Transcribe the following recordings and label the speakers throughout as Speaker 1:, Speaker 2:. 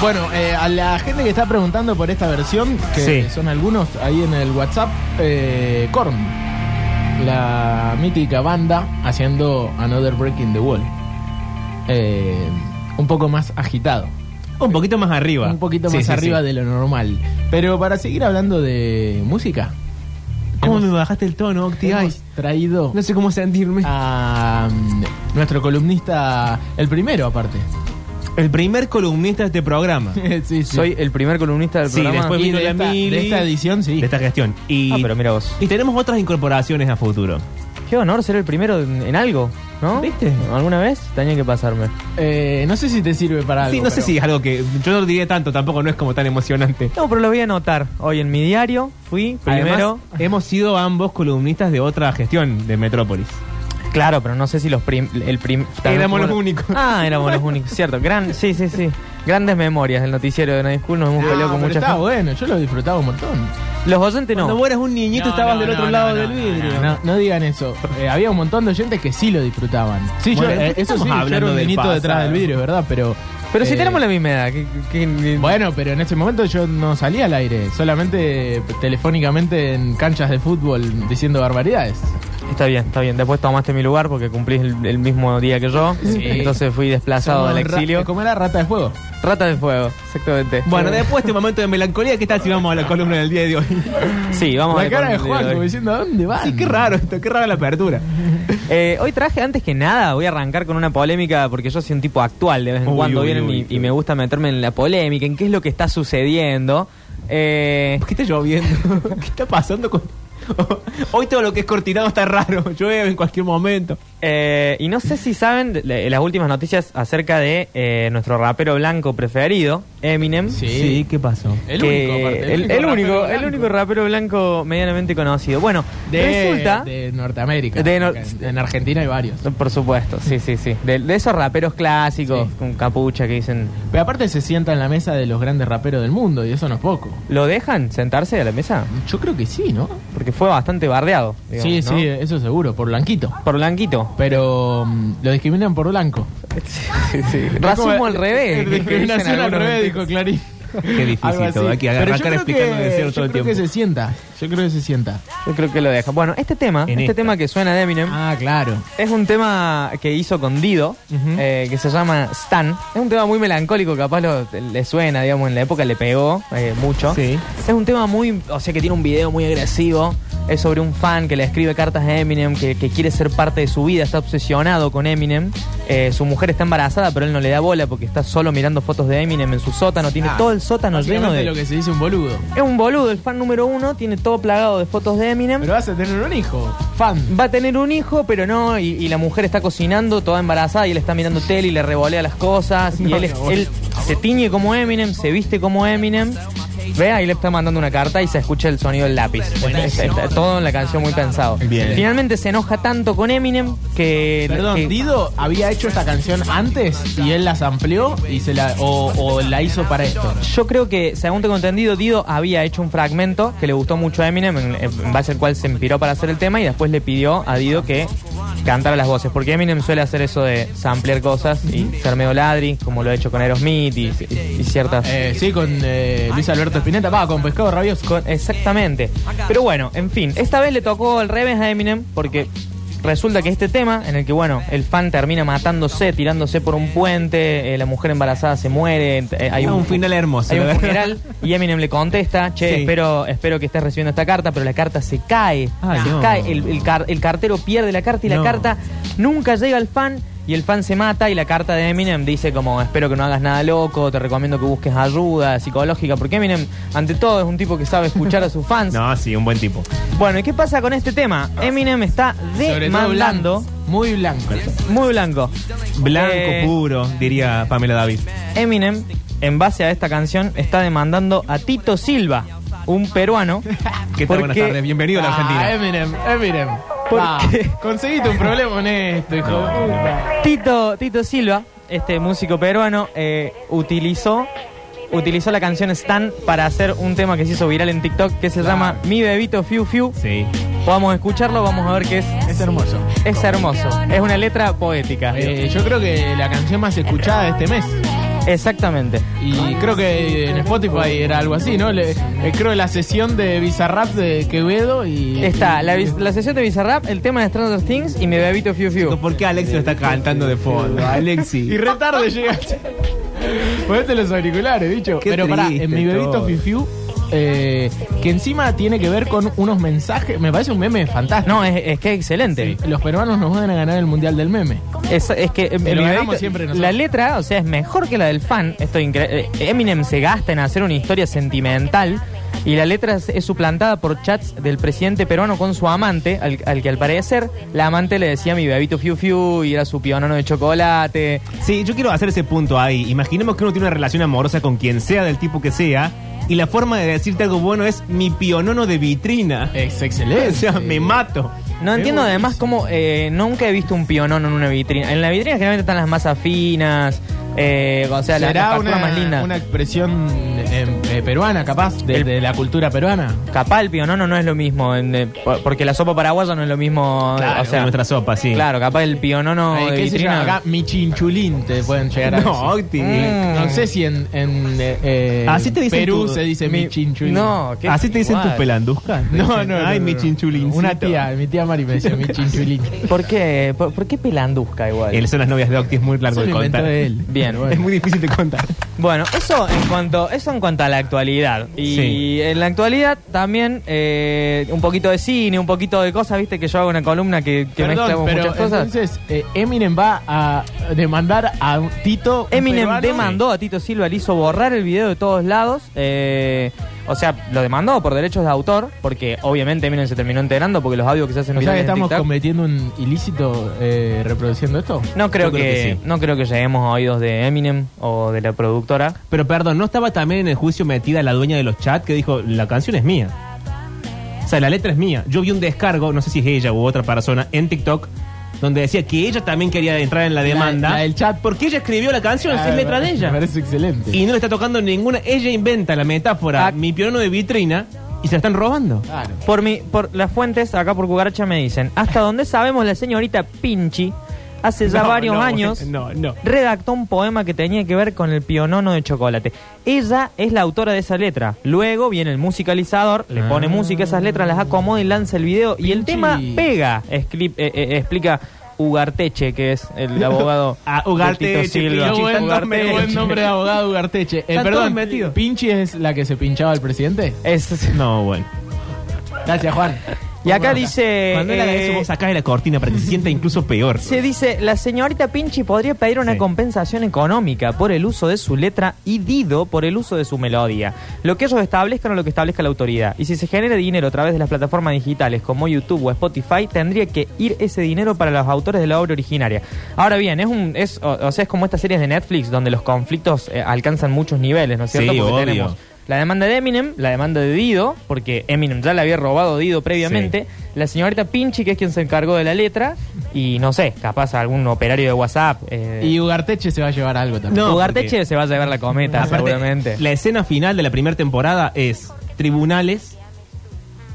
Speaker 1: Bueno, eh, a la gente que está preguntando por esta versión, que
Speaker 2: Sí.
Speaker 1: son algunos ahí en el WhatsApp, eh, Korn, la mítica banda haciendo Another Break in the Wall. Eh, un poco más agitado,
Speaker 2: Un poquito más arriba.
Speaker 1: un poquito
Speaker 2: Sí,
Speaker 1: más
Speaker 2: sí,
Speaker 1: arriba
Speaker 2: sí.
Speaker 1: de lo normal. Pero para seguir hablando de música,
Speaker 2: ¿Cómo me
Speaker 1: Hemos-
Speaker 2: bajaste el tono, Octi? Ay,
Speaker 1: hemos traído
Speaker 2: no sé pues. cómo sentirme.
Speaker 1: a
Speaker 3: Ah,
Speaker 1: mm, nuestro columnista, el primero aparte.
Speaker 2: El primer columnista de este programa.
Speaker 1: sí, sí.
Speaker 3: Soy el primer columnista del
Speaker 2: Sí,
Speaker 3: programa.
Speaker 1: Y
Speaker 2: después pues, vino
Speaker 1: de
Speaker 2: la
Speaker 1: esta- de
Speaker 2: mili.
Speaker 1: esta edición, sí.
Speaker 2: De esta gestión. Y,
Speaker 3: Ah, pero mira vos.
Speaker 2: y tenemos otras incorporaciones a futuro.
Speaker 3: Qué honor ser el primero en, en algo, ¿no?
Speaker 2: ¿Viste?
Speaker 3: ¿Alguna vez? Tenía que pasarme.
Speaker 1: Eh, no sé si te sirve para algo.
Speaker 2: sí, no sé
Speaker 1: pero-
Speaker 2: si es algo que. Yo no lo diría tanto, tampoco no es como tan emocionante.
Speaker 3: No, pero lo voy a anotar. Hoy en mi diario fui primero.
Speaker 2: Primero, hemos sido ambos columnistas de otra gestión de Metrópolis.
Speaker 3: claro, pero no sé si los prim- el prim- tal vez
Speaker 2: Éramos
Speaker 3: fuimos-
Speaker 2: los únicos.
Speaker 3: Ah, éramos los únicos, cierto. Gran, sí, sí, sí. Grandes memorias del noticiero de Night School. Nos hemos
Speaker 1: Ah,
Speaker 3: peleado con
Speaker 1: pero
Speaker 3: mucha
Speaker 1: está
Speaker 3: gente.
Speaker 1: bueno, yo lo disfrutaba un montón.
Speaker 3: Los docentes no.
Speaker 2: Cuando vos eras un niñito
Speaker 1: No,
Speaker 2: este estabas
Speaker 1: no,
Speaker 2: del
Speaker 1: no,
Speaker 2: otro
Speaker 1: no,
Speaker 2: lado
Speaker 1: no,
Speaker 2: del
Speaker 1: no,
Speaker 2: vidrio.
Speaker 1: No, no digan eso. Eh, había un montón de oyentes que sí lo disfrutaban. Sí,
Speaker 2: Bueno,
Speaker 1: yo,
Speaker 2: ¿de
Speaker 1: eh,
Speaker 2: qué
Speaker 1: eso
Speaker 2: estamos
Speaker 1: sí, yo era
Speaker 2: hablando
Speaker 1: un
Speaker 2: del
Speaker 1: niñito detrás
Speaker 2: pasado?
Speaker 1: del vidrio, ¿verdad? Pero,
Speaker 3: pero si
Speaker 1: eh,
Speaker 3: tenemos la misma edad. que- que- que-
Speaker 1: Bueno, pero en ese momento yo no salía al aire, solamente eh, telefónicamente en canchas de fútbol diciendo barbaridades.
Speaker 3: Está bien, está bien. Después tomaste mi lugar porque cumplís el, el mismo día que yo.
Speaker 1: Sí.
Speaker 3: Entonces fui desplazado
Speaker 1: Somos
Speaker 3: al
Speaker 1: ra-
Speaker 3: exilio.
Speaker 1: Como era rata de fuego.
Speaker 3: Rata de fuego, exactamente. Eh,
Speaker 2: Bueno, después de este momento de melancolía, ¿qué tal si vamos a la columna del día de hoy?
Speaker 3: Sí, vamos
Speaker 1: La
Speaker 3: a ver
Speaker 1: cara
Speaker 3: con
Speaker 1: de
Speaker 3: el día
Speaker 1: Juan,
Speaker 3: hoy.
Speaker 1: como diciendo, ¿a dónde van?
Speaker 2: Sí, qué raro esto, qué rara la apertura.
Speaker 3: Eh, hoy traje, antes que nada, voy a arrancar con una polémica porque yo soy un tipo actual de vez en
Speaker 2: Uy,
Speaker 3: cuando.
Speaker 2: uy,
Speaker 3: vienen
Speaker 2: uy,
Speaker 3: y- y,
Speaker 2: uy.
Speaker 3: me gusta meterme en la polémica, en qué es lo que está sucediendo. Eh,
Speaker 2: ¿Por qué está lloviendo? ¿Qué está pasando con.? Hoy todo lo que es cortinado está raro. Llueve en cualquier momento.
Speaker 3: eh, y no sé si saben le- las últimas noticias acerca de eh, nuestro rapero blanco preferido, Eminem.
Speaker 1: Sí.
Speaker 2: ¿qué pasó?
Speaker 1: El
Speaker 3: que-
Speaker 1: único, aparte,
Speaker 3: el, el único,
Speaker 1: rapero
Speaker 3: el
Speaker 1: blanco.
Speaker 3: único rapero blanco medianamente conocido. Bueno,
Speaker 1: de,
Speaker 3: resulta.
Speaker 1: de Norteamérica.
Speaker 3: De Nor-
Speaker 1: Acá en, en Argentina hay varios.
Speaker 3: Por supuesto, sí, sí, sí. De, de esos raperos clásicos
Speaker 1: Sí.
Speaker 3: con capucha que dicen.
Speaker 1: Pero aparte se sienta en la mesa de los grandes raperos del mundo y eso no es poco.
Speaker 3: ¿Lo dejan sentarse a la mesa?
Speaker 1: Yo creo que sí, ¿no?
Speaker 3: Porque fue bastante bardeado. digamos,
Speaker 1: sí,
Speaker 3: ¿no?
Speaker 1: sí, eso seguro, por blanquito.
Speaker 3: Por blanquito.
Speaker 1: Pero mm, lo discriminan por blanco.
Speaker 3: Racismo al
Speaker 1: Eh,
Speaker 3: revés. que- que dicen
Speaker 1: Discriminación al
Speaker 3: algunos
Speaker 1: revés,
Speaker 3: artistas.
Speaker 1: dijo Clarín.
Speaker 2: Qué
Speaker 1: Algo
Speaker 2: difícil
Speaker 1: así.
Speaker 2: todo. Hay que
Speaker 1: Pero yo
Speaker 2: arrancar
Speaker 1: creo
Speaker 2: explicando
Speaker 1: que-
Speaker 2: de
Speaker 1: yo
Speaker 2: cierto
Speaker 1: creo
Speaker 2: tiempo.
Speaker 1: que se sienta. Yo creo que se sienta.
Speaker 3: Yo creo que lo dejan. Bueno, este tema,
Speaker 2: En
Speaker 3: este
Speaker 2: esta.
Speaker 3: tema que suena de Eminem,
Speaker 1: Ah, claro.
Speaker 3: es un tema que hizo con Dido, eh, que se llama Stan. Es un tema muy melancólico, capaz lo- le suena, digamos, en la época le pegó eh, mucho.
Speaker 2: Sí.
Speaker 3: Es un tema muy, o sea, que tiene un video muy agresivo. Es sobre un fan que le escribe cartas a Eminem, que, que quiere ser parte de su vida, está obsesionado con Eminem. Eh, su mujer está embarazada, pero él no le da bola porque está solo mirando fotos de Eminem en su sótano. Tiene
Speaker 1: Ah,
Speaker 3: todo el sótano lleno
Speaker 1: Básicamente
Speaker 3: de...
Speaker 1: lo que se dice un boludo.
Speaker 3: Es un boludo, el fan número uno, tiene todo plagado de fotos de Eminem.
Speaker 1: Pero vas a tener un hijo. Fan.
Speaker 3: Va a tener un hijo, pero no, y, y la mujer está cocinando, toda embarazada, y él está mirando tele y le revolea las cosas, y
Speaker 1: No,
Speaker 3: él, es-
Speaker 1: no, bueno.
Speaker 3: él se tiñe como Eminem, se viste como Eminem. Ve, ahí le está mandando una carta y se escucha el sonido del lápiz. Está- está todo en la canción muy pensado.
Speaker 2: Bien.
Speaker 3: Finalmente se enoja tanto con Eminem que...
Speaker 1: Perdón,
Speaker 3: que-
Speaker 1: Dido había hecho esta canción antes y él las amplió y se la o, o la hizo para esto.
Speaker 3: Yo creo que, según tengo entendido, Dido había hecho un fragmento que le gustó mucho a Eminem, en, en base al cual se inspiró para hacer el tema y después le pidió a Dido que cantara las voces. Porque Eminem suele hacer eso de samplear cosas y ser medio ladri, como lo ha hecho con Aerosmith y, y- y ciertas...
Speaker 1: Eh, sí, con eh, Luis Alberto Espineta, va, con eh, Pescado Rabioso.
Speaker 3: con- exactamente. Pero bueno, en fin, esta vez le tocó al revés a Eminem porque... Resulta que este tema, en el que bueno, el fan termina matándose, tirándose por un puente, eh, la mujer embarazada se muere, eh, hay
Speaker 2: Ah, un final hermoso,
Speaker 3: hay
Speaker 2: la
Speaker 3: un
Speaker 2: verdad.
Speaker 3: funeral y Eminem le contesta, che,
Speaker 2: Sí.
Speaker 3: espero, espero que estés recibiendo esta carta, pero la carta se cae,
Speaker 2: Ay,
Speaker 3: se
Speaker 2: no.
Speaker 3: cae, el, el car- el cartero pierde la carta y
Speaker 2: No.
Speaker 3: la carta nunca llega al fan y el fan se mata y la carta de Eminem dice como, espero que no hagas nada loco, te recomiendo que busques ayuda psicológica, porque Eminem, ante todo, es un tipo que sabe escuchar a sus fans.
Speaker 2: No, sí, un buen tipo.
Speaker 3: Bueno, ¿y qué pasa con este tema? Eminem está
Speaker 1: Sobre todo
Speaker 3: demandando...
Speaker 1: blanco. Muy blanco.
Speaker 3: Muy blanco.
Speaker 2: Blanco,
Speaker 3: Eh,
Speaker 2: puro, diría Pamela David.
Speaker 3: Eminem, en base a esta canción, está demandando a Tito Silva, un peruano.
Speaker 2: ¿Qué tal? Buenas tardes. Bienvenido a la
Speaker 1: Ah,
Speaker 2: Argentina.
Speaker 1: Eminem, Eminem.
Speaker 3: ¿Por
Speaker 1: Ah,
Speaker 3: qué?
Speaker 1: conseguiste un problema con esto, hijo de puta.
Speaker 3: Tito, Tito Silva, este músico peruano, eh, utilizó, utilizó la canción Stan para hacer un tema que se hizo viral en TikTok que se llama Mi Bebito Fiu Fiu.
Speaker 2: Sí.
Speaker 3: Vamos a escucharlo, vamos a ver qué es.
Speaker 1: Es hermoso.
Speaker 3: Es hermoso. Es una letra poética.
Speaker 1: Eh, yo creo que la canción más escuchada de este mes.
Speaker 3: Exactamente.
Speaker 1: Y creo que en Spotify era algo así, ¿no? Le- eh, creo la sesión de Bizarrap de Quevedo y.
Speaker 3: Está la, vis- la sesión de Bizarrap, el tema de Stranger Things y mi bebito Fiu Fiu.
Speaker 2: ¿Por qué Alexi lo está cantando de fondo?
Speaker 1: Y
Speaker 2: Alexi.
Speaker 1: retarde llegaste. Ponete los auriculares, bicho.
Speaker 2: Qué
Speaker 1: Pero pará, en
Speaker 2: triste
Speaker 1: mi bebito
Speaker 2: todo.
Speaker 1: Fifiu, eh, que encima tiene que ver con unos mensajes. Me parece un meme fantástico.
Speaker 3: No, es, es que es excelente.
Speaker 1: Los peruanos nos van a ganar el mundial del meme.
Speaker 3: Es, es que eh,
Speaker 1: Pero
Speaker 3: mi
Speaker 1: ganamos
Speaker 3: bebito-
Speaker 1: siempre nosotros.
Speaker 3: la letra, o sea, es mejor que la del fan. Esto incre- eh, Eminem se gasta en hacer una historia sentimental y la letra es, es suplantada por chats del presidente peruano con su amante, al, al que al parecer la amante le decía mi bebito Fiu Fiu y era su pionono de chocolate.
Speaker 2: Sí, yo quiero hacer ese punto ahí. Imaginemos que uno tiene una relación amorosa con quien sea, del tipo que sea, y la forma de decirte algo bueno es mi pionono de vitrina.
Speaker 1: Es excelente.
Speaker 2: O sea, me mato.
Speaker 3: No entiendo además cómo eh, nunca he visto un pionono en una vitrina. En la vitrina generalmente están las masas finas, eh, o sea, la, la
Speaker 1: Será
Speaker 3: factura
Speaker 1: una,
Speaker 3: más linda.
Speaker 1: una expresión eh, eh, peruana, capaz, de,
Speaker 3: El-
Speaker 1: de la cultura peruana.
Speaker 3: Capaz el pionono no es lo mismo, en, eh, por- porque la sopa paraguaya no es lo mismo. eh,
Speaker 2: Claro,
Speaker 3: o sea,
Speaker 2: nuestra sopa, sí.
Speaker 3: claro, capaz el pionono
Speaker 1: Eh,
Speaker 3: de
Speaker 1: ¿Qué se llama
Speaker 3: vitrina.
Speaker 1: acá? Mi chinchulín te pueden llegar a
Speaker 2: No,
Speaker 1: decir.
Speaker 2: Octi.
Speaker 3: Mm.
Speaker 1: No sé si en, en, eh, eh,
Speaker 2: Así te dicen
Speaker 1: Perú
Speaker 2: tu-
Speaker 1: se dice mi, chinchulín.
Speaker 3: No, qué-
Speaker 2: ¿Así te dicen
Speaker 3: igual.
Speaker 2: tus pelanduscas? Te
Speaker 1: No,
Speaker 2: dicen,
Speaker 1: no, no,
Speaker 2: Ay,
Speaker 1: no,
Speaker 2: mi
Speaker 1: no.
Speaker 2: chinchulín.
Speaker 1: Una tía, mi tía Mari me decía mi chinchulín.
Speaker 3: ¿Por qué? ¿Por, por qué pelanduzca igual?
Speaker 2: Él son las novias de Octi, es muy largo
Speaker 1: Eso
Speaker 2: de
Speaker 1: lo inventó
Speaker 2: contar.
Speaker 1: él.
Speaker 3: Bien.
Speaker 1: Pero
Speaker 2: Es muy difícil de contar.
Speaker 3: Bueno, eso en cuanto eso en cuanto a la actualidad. Y
Speaker 2: Sí.
Speaker 3: en la actualidad también eh, un poquito de cine, un poquito de cosas, viste que yo hago una columna que, que
Speaker 1: Perdón,
Speaker 3: mezclamos
Speaker 1: pero
Speaker 3: muchas cosas.
Speaker 1: entonces eh, Eminem va a demandar a un Tito. un
Speaker 3: Eminem
Speaker 1: peruano.
Speaker 3: demandó a Tito Silva, le hizo borrar el video de todos lados. eh, o sea, lo demandó por derechos de autor, porque obviamente Eminem se terminó enterando porque los audios que se hacen
Speaker 1: O sea que
Speaker 3: virales en
Speaker 1: estamos
Speaker 3: TikTok-
Speaker 1: cometiendo un ilícito eh, reproduciendo esto.
Speaker 3: No creo,
Speaker 2: Yo creo
Speaker 3: que,
Speaker 2: que sí.
Speaker 3: no creo que lleguemos a oídos de Eminem o de la productora.
Speaker 2: Pero perdón, ¿no estaba también en el juicio metida la dueña de los chats que dijo, la canción es mía? O sea, la letra es mía. Yo vi un descargo, no sé si es ella u otra persona, en TikTok, donde decía que ella también quería entrar en la demanda.
Speaker 1: la del chat.
Speaker 2: Porque ella escribió la canción,
Speaker 1: Ah,
Speaker 2: es letra de
Speaker 1: Me
Speaker 2: ella.
Speaker 1: parece excelente.
Speaker 2: Y no le está tocando ninguna. Ella inventa la metáfora,
Speaker 3: Ah.
Speaker 2: mi piano de vitrina, y se la están robando.
Speaker 1: Claro.
Speaker 3: Por, mi, por las fuentes, acá por Cucaracha me dicen, hasta donde sabemos la señorita Pinchi, hace ya
Speaker 2: No,
Speaker 3: varios
Speaker 2: no,
Speaker 3: años,
Speaker 2: No, no.
Speaker 3: redactó un poema que tenía que ver con el pionono de chocolate. Ella es la autora de esa letra. Luego viene el musicalizador, le
Speaker 2: Ah.
Speaker 3: pone música a esas letras, las acomoda y lanza el video. Y el
Speaker 1: Pinchi.
Speaker 3: tema pega, escri- eh, eh, explica Ugarteche, que es el abogado
Speaker 2: Ah,
Speaker 3: de
Speaker 2: Ugarteche,
Speaker 3: Tito Silva.
Speaker 1: Qué
Speaker 2: Pinchi,
Speaker 1: buen,
Speaker 2: Ugarteche.
Speaker 1: qué buen nombre de abogado Ugarteche. Eh,
Speaker 2: Están
Speaker 1: perdón,
Speaker 2: todos metidos.
Speaker 1: ¿Pinchi es la que se pinchaba al presidente?
Speaker 3: Es-
Speaker 2: No, bueno.
Speaker 1: Gracias, Juan.
Speaker 3: y acá dice...
Speaker 2: Cuando él haga
Speaker 3: eh,
Speaker 2: eso, vos sacás de la cortina para que se sienta incluso peor.
Speaker 3: Se dice, la señorita Pinchi podría pedir una
Speaker 2: Sí.
Speaker 3: compensación económica por el uso de su letra y Dido por el uso de su melodía. Lo que ellos establezcan o lo que establezca la autoridad. Y si se genera dinero a través de las plataformas digitales como YouTube o Spotify, tendría que ir ese dinero para los autores de la obra originaria. Ahora bien, es un es, o, o sea, es como estas series de Netflix donde los conflictos eh, alcanzan muchos niveles, ¿no es cierto?
Speaker 2: Sí, obvio.
Speaker 3: la demanda de Eminem, la demanda de Dido, porque Eminem ya le había robado Dido previamente, la señorita Pinchi, que es quien se encargó de la letra, y no sé, capaz algún operario de WhatsApp. Eh,
Speaker 1: Y Ugarteche se va a llevar algo también.
Speaker 2: No,
Speaker 3: Ugarteche
Speaker 2: porque-
Speaker 3: se va a llevar la cometa,
Speaker 2: Aparte,
Speaker 3: seguramente.
Speaker 2: La escena final de la primera temporada es tribunales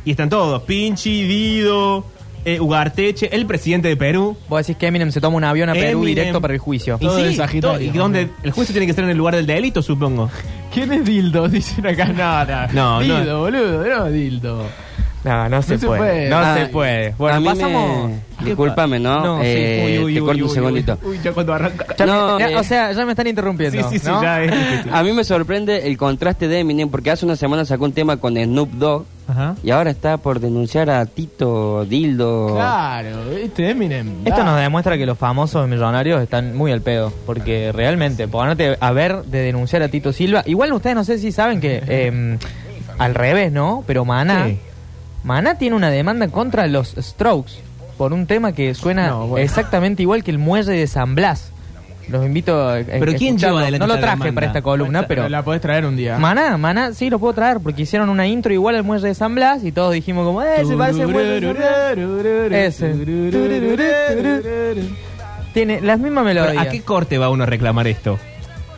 Speaker 2: y están todos: Pinchi, Dido, eh, Ugarteche, el presidente de Perú.
Speaker 3: Vos decís que Eminem se toma un avión a Perú
Speaker 2: Eminem.
Speaker 3: directo para el juicio.
Speaker 2: Y
Speaker 1: Todo de
Speaker 2: sí,
Speaker 1: Sagitario.
Speaker 2: todo- y donde el juicio tiene que ser en el lugar del delito, supongo.
Speaker 1: ¿Quién es Dildo? Dicen acá nada.
Speaker 2: No, no.
Speaker 1: Dildo, boludo, no Dildo.
Speaker 3: No, no se,
Speaker 1: No se
Speaker 3: puede.
Speaker 1: puede.
Speaker 3: No
Speaker 4: Ah,
Speaker 3: se puede. Bueno,
Speaker 4: a mí me-
Speaker 3: pasamos.
Speaker 4: Discúlpame, ¿no?
Speaker 3: No, sí,
Speaker 4: Eh,
Speaker 2: Uy, uy,
Speaker 4: te
Speaker 2: uy,
Speaker 4: corto
Speaker 2: uy,
Speaker 4: un
Speaker 2: uy,
Speaker 4: segundito.
Speaker 2: Uy, ya cuando arranca.
Speaker 4: Ya-
Speaker 3: No,
Speaker 4: eh,
Speaker 3: ya- o sea, ya me están interrumpiendo.
Speaker 2: Sí, sí, sí,
Speaker 3: ¿no?
Speaker 2: ya es difícil.
Speaker 4: A mí me sorprende el contraste de Eminem porque hace una semana sacó un tema con Snoop Dogg
Speaker 2: Ajá.
Speaker 4: y ahora está por denunciar a Tito Dildo.
Speaker 1: Claro, este Eminem.
Speaker 3: Esto
Speaker 1: da.
Speaker 3: nos demuestra que los famosos millonarios están muy al pedo, porque realmente, ponerte a ver de denunciar a Tito Silva, igual ustedes no sé si saben que eh, al revés, ¿no? Pero Maná,
Speaker 2: Sí.
Speaker 3: Maná tiene una demanda contra los Strokes por un tema que suena
Speaker 2: No, bueno.
Speaker 3: exactamente igual que el muelle de San Blas. Los invito a
Speaker 2: Pero ¿quién
Speaker 3: escucharlo.
Speaker 2: lleva adelante
Speaker 3: No lo
Speaker 2: esta
Speaker 3: traje
Speaker 2: demanda?
Speaker 3: para esta columna, pero...
Speaker 1: Pero la podés traer un día.
Speaker 3: Maná, Maná, sí lo puedo traer porque hicieron una intro igual al muelle de San Blas y todos dijimos como, eh, se parece al muelle de San Blas. Ese. Tiene las mismas
Speaker 2: Pero, ¿A
Speaker 3: melodías.
Speaker 2: qué corte va uno a reclamar esto?